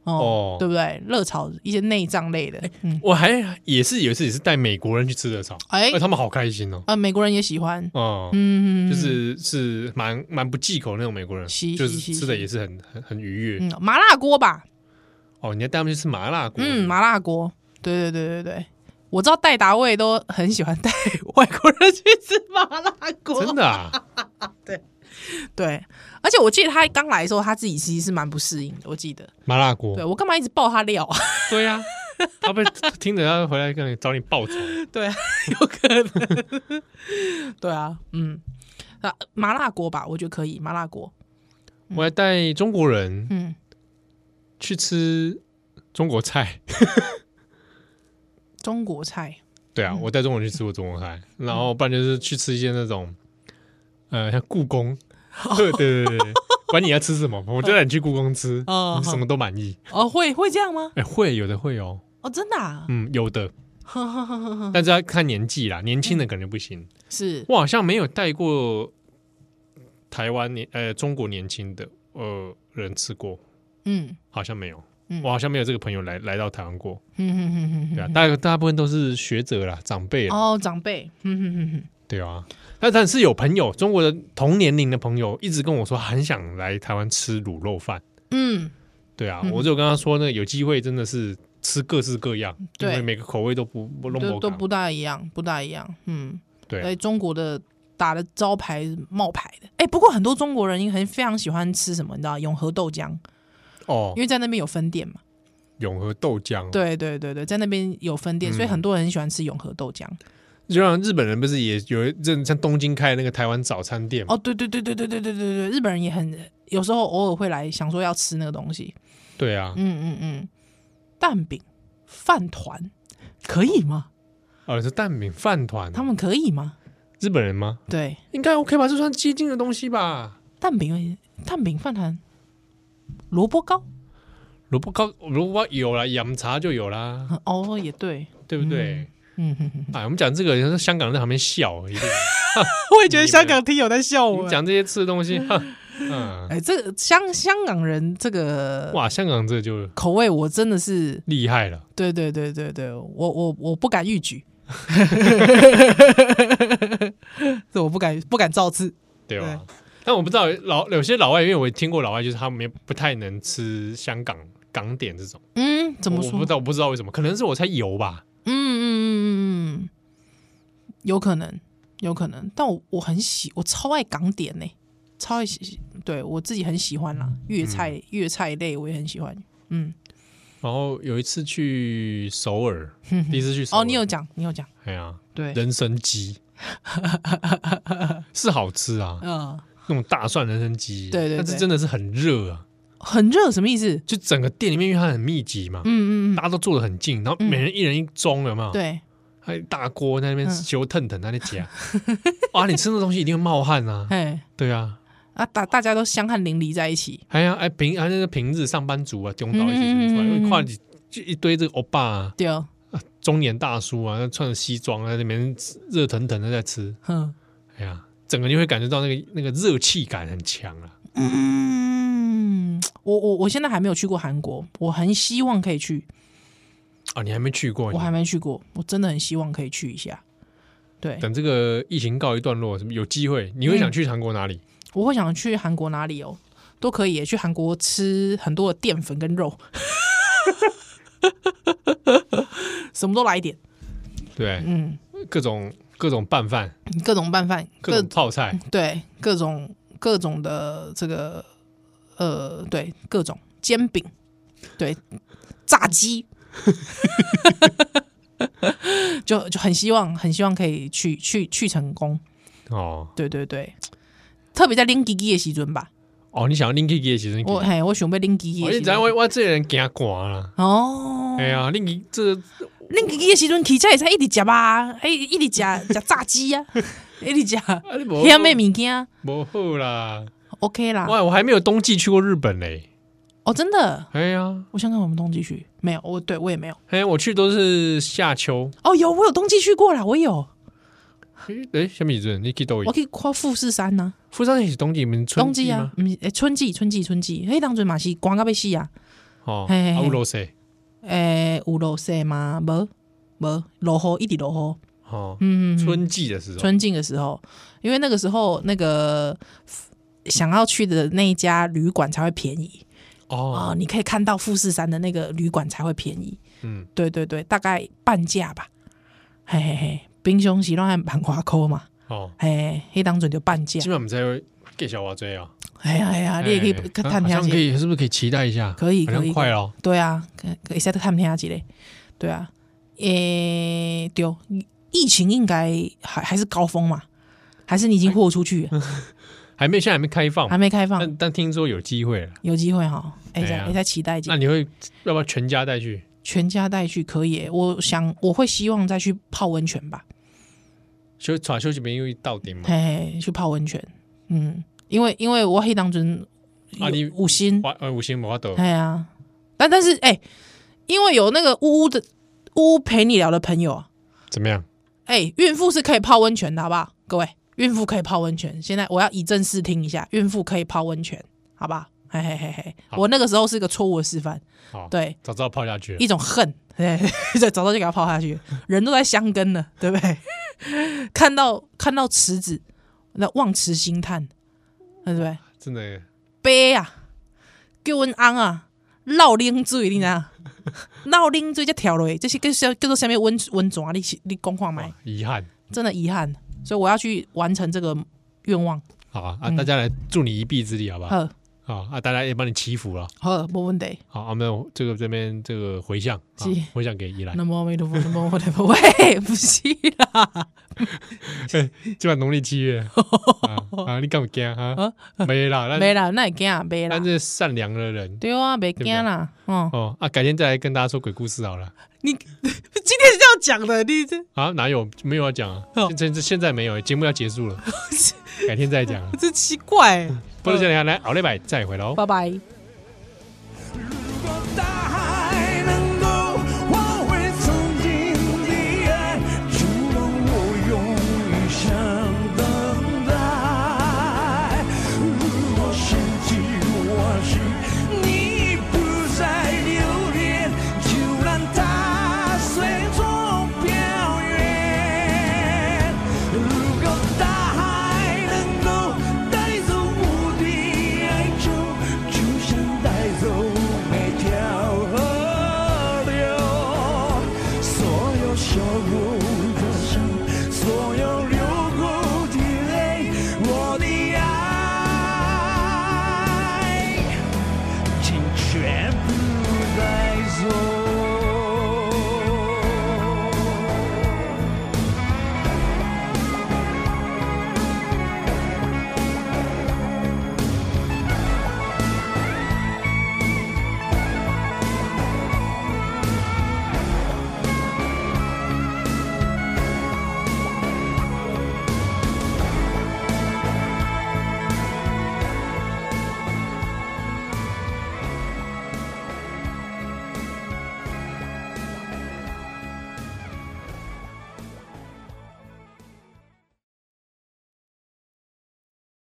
Speaker 2: 哦哎
Speaker 3: 对不对？热炒一些内脏类的，嗯，
Speaker 2: 我还也是有一次也是带美国人去吃热炒，
Speaker 3: 哎
Speaker 2: 哎，他们好开心哦，
Speaker 3: 啊，美国人也喜欢，
Speaker 2: 哦，
Speaker 3: 嗯，
Speaker 2: 就是是蛮蛮不忌口那种美国人，
Speaker 3: 是
Speaker 2: 就是
Speaker 3: 是
Speaker 2: 吃的
Speaker 3: 是
Speaker 2: 也是很很很愉悦
Speaker 3: 嗯麻辣锅吧，
Speaker 2: 哦。你要带他们去吃麻辣锅，
Speaker 3: 嗯，麻辣锅，对对对对对，我知道戴达卫都很喜欢带外国人去吃麻辣锅，
Speaker 2: 真的
Speaker 3: [laughs]
Speaker 2: 啊，
Speaker 3: 对，而且我记得他刚来的时候，他自己其实是蛮不适应的，我记得，
Speaker 2: 麻辣锅
Speaker 3: 对，我干嘛一直爆他料啊？
Speaker 2: 对呀，他被 [laughs] 听着他回来跟你找你报仇，
Speaker 3: 对啊，有可能，对啊，嗯，那麻辣锅吧，我觉得可以，麻辣锅，
Speaker 2: 我还带中国人
Speaker 3: 嗯，
Speaker 2: 去吃中国菜。
Speaker 3: 中国菜，
Speaker 2: 对
Speaker 3: 嗯
Speaker 2: 啊，我带中国人去吃过中国菜，然后不然就是去吃一些那种，呃，像故宫，
Speaker 3: 哦
Speaker 2: 对对对对，管你要吃
Speaker 3: [laughs]
Speaker 2: 什么，我就带你去故宫吃，
Speaker 3: 哦
Speaker 2: 你什么都满意。
Speaker 3: 哦，会会这样吗？
Speaker 2: 哎，会有的会哦，
Speaker 3: 哦，真的、啊，
Speaker 2: 嗯，有
Speaker 3: [laughs]
Speaker 2: 的，但是要看年纪啦，年轻的可能不行。
Speaker 3: 嗯是
Speaker 2: 我好像没有带过台湾年呃中国年轻的呃人吃过，
Speaker 3: 嗯，
Speaker 2: 好像没有
Speaker 3: 嗯，
Speaker 2: 我好像没有这个朋友来来到台湾过。
Speaker 3: 嗯哼哼哼
Speaker 2: 对啊，
Speaker 3: 哼
Speaker 2: 大大部分都是学者啦，长辈啦，
Speaker 3: 哦，长辈，嗯哼哼哼，
Speaker 2: 对啊。但但是有朋友，中国的同年龄的朋友一直跟我说，很想来台湾吃卤肉饭。
Speaker 3: 嗯，
Speaker 2: 对啊，我就跟他说呢，有机会真的是吃各式各样，因
Speaker 3: 对
Speaker 2: 为每个口味都不不弄
Speaker 3: 都
Speaker 2: 不
Speaker 3: 都
Speaker 2: 同
Speaker 3: 不大一样，不大一样，嗯，
Speaker 2: 对啊
Speaker 3: 哎，中国的打的招牌是冒牌的，哎，不过很多中国人很非常喜欢吃什么，你知道永和豆浆，
Speaker 2: 哦
Speaker 3: 因，为在那边有分店嘛。
Speaker 2: 永和豆浆，，
Speaker 3: 对对对对，在那边有分店，所以很多人很喜欢吃永和豆浆。
Speaker 2: 就像日本人不是也有一阵像东京开那个台湾早餐店嘛？
Speaker 3: 哦，对对对对对对对对对，日本人也很有时候偶尔会来想说要吃那个东西。
Speaker 2: 对啊，
Speaker 3: 嗯嗯嗯，蛋饼、饭团可以吗？
Speaker 2: 哦是蛋饼饭团，
Speaker 3: 他们可以吗？
Speaker 2: 日本人吗？
Speaker 3: 对，
Speaker 2: 应该 OK 吧，这算接近的东西吧。
Speaker 3: 蛋饼、蛋饼饭团、萝卜糕，
Speaker 2: 萝卜糕，萝卜糕有啦，饮茶就有啦，
Speaker 3: 哦也对，
Speaker 2: 对不对？
Speaker 3: 嗯哼哼，
Speaker 2: 哎，我们讲这个，人家说香港人在旁边笑，一定。
Speaker 3: [laughs] 我也觉得香港听友在笑
Speaker 2: 我
Speaker 3: 我
Speaker 2: 们
Speaker 3: 哎。
Speaker 2: 讲这些吃的东
Speaker 3: [laughs]
Speaker 2: 西，哈嗯，
Speaker 3: 哎，这个香香港人这个
Speaker 2: 哇，香港这就
Speaker 3: 口味，我真的是
Speaker 2: 厉害了。
Speaker 3: 对对对对对，我我我不敢逾矩， [laughs] 这我不敢不敢造次。
Speaker 2: 对吧？但我不知道老有些老外，因为我听过老外，就是他们也不太能吃香港港点这种。
Speaker 3: 嗯，怎么
Speaker 2: 我我
Speaker 3: 说
Speaker 2: 不知？道，我不知道为什么，可能是我太油吧。
Speaker 3: 嗯嗯嗯嗯嗯，有可能，有可能。但我我很喜，我超爱港点呢、超爱喜，对我自己很喜欢
Speaker 2: 嗯
Speaker 3: 啦。粤菜、粤菜类我也很喜欢。嗯，
Speaker 2: 然后有一次去首
Speaker 3: [laughs]
Speaker 2: 尔，
Speaker 3: 哼哼
Speaker 2: 第一次去首尔，
Speaker 3: 哦，你有讲，你有讲，
Speaker 2: 哎呀，
Speaker 3: 对，
Speaker 2: 人参鸡 [laughs] 是好吃啊，
Speaker 3: 嗯、
Speaker 2: 那种大蒜人参鸡，
Speaker 3: 对对
Speaker 2: 但是
Speaker 3: 对
Speaker 2: 真的是很热啊，
Speaker 3: 很热什么意思？
Speaker 2: 就整个店里面，因为它很密集嘛，
Speaker 3: 嗯嗯嗯，
Speaker 2: 大家都坐得很近，然后每人一人一盅，有没有？
Speaker 3: 对，
Speaker 2: 还有一哎大锅在那边
Speaker 3: 嗯
Speaker 2: 修腾腾在那夹， [laughs] 哇！你吃那东西一定会冒汗
Speaker 3: [laughs]
Speaker 2: 啊，
Speaker 3: 哎
Speaker 2: 对啊，
Speaker 3: 啊，大大家都香汗淋漓在一起。
Speaker 2: 还有哎平还有那个平日上班族啊，中岛一起
Speaker 3: 嗯嗯嗯
Speaker 2: 出来，
Speaker 3: 嗯
Speaker 2: 因
Speaker 3: 嗯
Speaker 2: 为跨几就一堆这个欧巴啊，
Speaker 3: 对，哦
Speaker 2: 中年大叔啊，那穿着西装在那边吃热腾腾的在吃，
Speaker 3: 哼，
Speaker 2: 哎呀，整个就会感觉到那个那个热气感很强啊。
Speaker 3: 嗯，我我我现在还没有去过韩国，我很希望可以去，
Speaker 2: 啊，你还没去过？
Speaker 3: 我还
Speaker 2: 你
Speaker 3: 没去过，我真的很希望可以去一下。对，
Speaker 2: 等这个疫情告一段落，什么有机会你会想
Speaker 3: 嗯
Speaker 2: 去韩国哪里？
Speaker 3: 我会想去韩国哪里哦，都可以耶去韩国吃很多的淀粉跟肉， [laughs] 什么都来一点，
Speaker 2: 对，
Speaker 3: 嗯，
Speaker 2: 各种各种拌饭，
Speaker 3: 各种拌饭，
Speaker 2: 各
Speaker 3: 各
Speaker 2: 种泡菜，
Speaker 3: 对各种各种的这个呃，对各种煎饼，对炸鸡， [laughs] 就就很希望很希望可以去去去成功，
Speaker 2: 哦
Speaker 3: 对对对，特别在拎吉吉的时准吧，
Speaker 2: 哦，你想要拎 Kiki 的其实
Speaker 3: 我嘿我想要拎吉吉
Speaker 2: 我
Speaker 3: 的
Speaker 2: 哦你
Speaker 3: 时
Speaker 2: 知道
Speaker 3: 阵，
Speaker 2: 我我这个人惊寒啦，
Speaker 3: 啊哦，
Speaker 2: 哎呀，你这啊
Speaker 3: 拎吉吉的时阵起才会使一直食吧，哎一直食食炸鸡啊， [laughs] 一直食
Speaker 2: 啊你无
Speaker 3: 遐咩物件
Speaker 2: 无好啦，
Speaker 3: ，OK 啦，
Speaker 2: 哇，我还没有冬季去过日本嘞，
Speaker 3: 哦真的。
Speaker 2: 哎呀，
Speaker 3: 我想看我们冬季去，没有，我对我也没有。
Speaker 2: 哎，我去都是夏秋，
Speaker 3: 哦，有我有冬季去过啦，我有，
Speaker 2: 哎，什么时阵你去都
Speaker 3: 我可以跨富士山呐、
Speaker 2: 富山也是冬季，你们
Speaker 3: 冬
Speaker 2: 春
Speaker 3: 季啊
Speaker 2: 吗？，
Speaker 3: 嗯，诶春季，春季，春季，嘿，当时嘛是光到被死啊，
Speaker 2: 哦，
Speaker 3: 嘿嘿嘿
Speaker 2: 啊乌罗塞，
Speaker 3: 诶、有落雪吗？无无，落雨一直落雨。
Speaker 2: 哦，
Speaker 3: 嗯，
Speaker 2: 春季的时候，
Speaker 3: 春境的时候，因为那个时候那个想要去的那一家旅馆才会便宜哦
Speaker 2: 哦，
Speaker 3: 你可以看到富士山的那个旅馆才会便宜。
Speaker 2: 嗯，
Speaker 3: 对对对，大概半价吧。嘿嘿嘿，冰熊喜乱蛮花扣嘛，
Speaker 2: 哦，
Speaker 3: 嘿，迄当准就半价
Speaker 2: 基。本我们才会给小娃追啊，
Speaker 3: 哎呀哎啊呀，你也可以
Speaker 2: 哎
Speaker 3: 探
Speaker 2: 好
Speaker 3: 听
Speaker 2: 像
Speaker 3: 一
Speaker 2: 可
Speaker 3: 下，
Speaker 2: 以，是不是可以期待一下？
Speaker 3: 可以
Speaker 2: 好
Speaker 3: 可以
Speaker 2: 像，快了哦，
Speaker 3: 对啊，可可以再探听一下嘞，对啊，诶、对，哦疫情应该还还是高峰嘛，还是你已经豁出去了，
Speaker 2: 嗯还没现在还没开放
Speaker 3: 还，没开放，
Speaker 2: 但但听说有机会了，
Speaker 3: 有机会哈，
Speaker 2: 嗯
Speaker 3: 哎、
Speaker 2: 对
Speaker 3: 再
Speaker 2: 啊
Speaker 3: 哎、再期待一下
Speaker 2: 那，你会要不要全家带去？
Speaker 3: 全家带去可以耶、我想我会希望再去泡温泉吧，
Speaker 2: 休耍休息边因为到顶嘛，
Speaker 3: 嘿嘿，去泡温泉，嗯，因为因为我黑当中
Speaker 2: 啊你
Speaker 3: 五星，
Speaker 2: 花呃五星魔豆，
Speaker 3: 哎呀、但但是哎、因为有那个呜呜的呜呜陪你聊的朋友啊，
Speaker 2: 怎么样？
Speaker 3: 哎、孕妇是可以泡温泉的，好不好？各位，孕妇可以泡温泉。现在我要以正视听一下，孕妇可以泡温泉，好吧？嘿嘿嘿嘿，
Speaker 2: 好
Speaker 3: 我那个时候是一个错误的示范，
Speaker 2: 好，
Speaker 3: 对，
Speaker 2: 早知道泡下去了
Speaker 3: 一。种恨，对，对，早早就给它泡下去，人都在香根了，对不对？看到看到池子，那望池兴叹，对不对？
Speaker 2: 真的耶，
Speaker 3: 杯啊，叫阮翁啊，闹冷水，你
Speaker 2: [laughs]
Speaker 3: 知影？闹冷水才跳落去，这是叫叫叫做什么温温泉啊？你是你讲看麦
Speaker 2: 哇，遗憾。
Speaker 3: 真的遗憾，所以我要去完成这个愿望。
Speaker 2: 好啊，啊大家来助你一臂之力，好不好？
Speaker 3: 嗯
Speaker 2: 哎
Speaker 3: 好，
Speaker 2: 好啊，大家也帮你祈福了。
Speaker 3: 好，没问题。
Speaker 2: 好，啊我们这个这边这个回向，啊
Speaker 3: 是嗯
Speaker 2: 回向给依兰。
Speaker 3: 那么阿弥陀佛，那么阿弥陀佛，喂，不是
Speaker 2: [laughs]
Speaker 3: 啦，
Speaker 2: 今晚农历七
Speaker 3: [laughs]
Speaker 2: 月啊，啊你干嘛惊哈？没啦，那
Speaker 3: 啊没啦，那也惊啊，没啦
Speaker 2: 但，是善良的人
Speaker 3: 对啊，没惊啦，哦，
Speaker 2: 哦啊，改天再来跟大家说鬼故事好了。
Speaker 3: 你 [laughs] 今天是要讲的，你这
Speaker 2: 啊，哪有没有要讲啊？
Speaker 3: 哦
Speaker 2: 现现现在没有，节目要结束
Speaker 3: [laughs]
Speaker 2: 了，改天再讲啊。
Speaker 3: 这奇怪欸，
Speaker 2: [laughs] 不是这样，来，奥利百再回喽。
Speaker 3: 拜拜。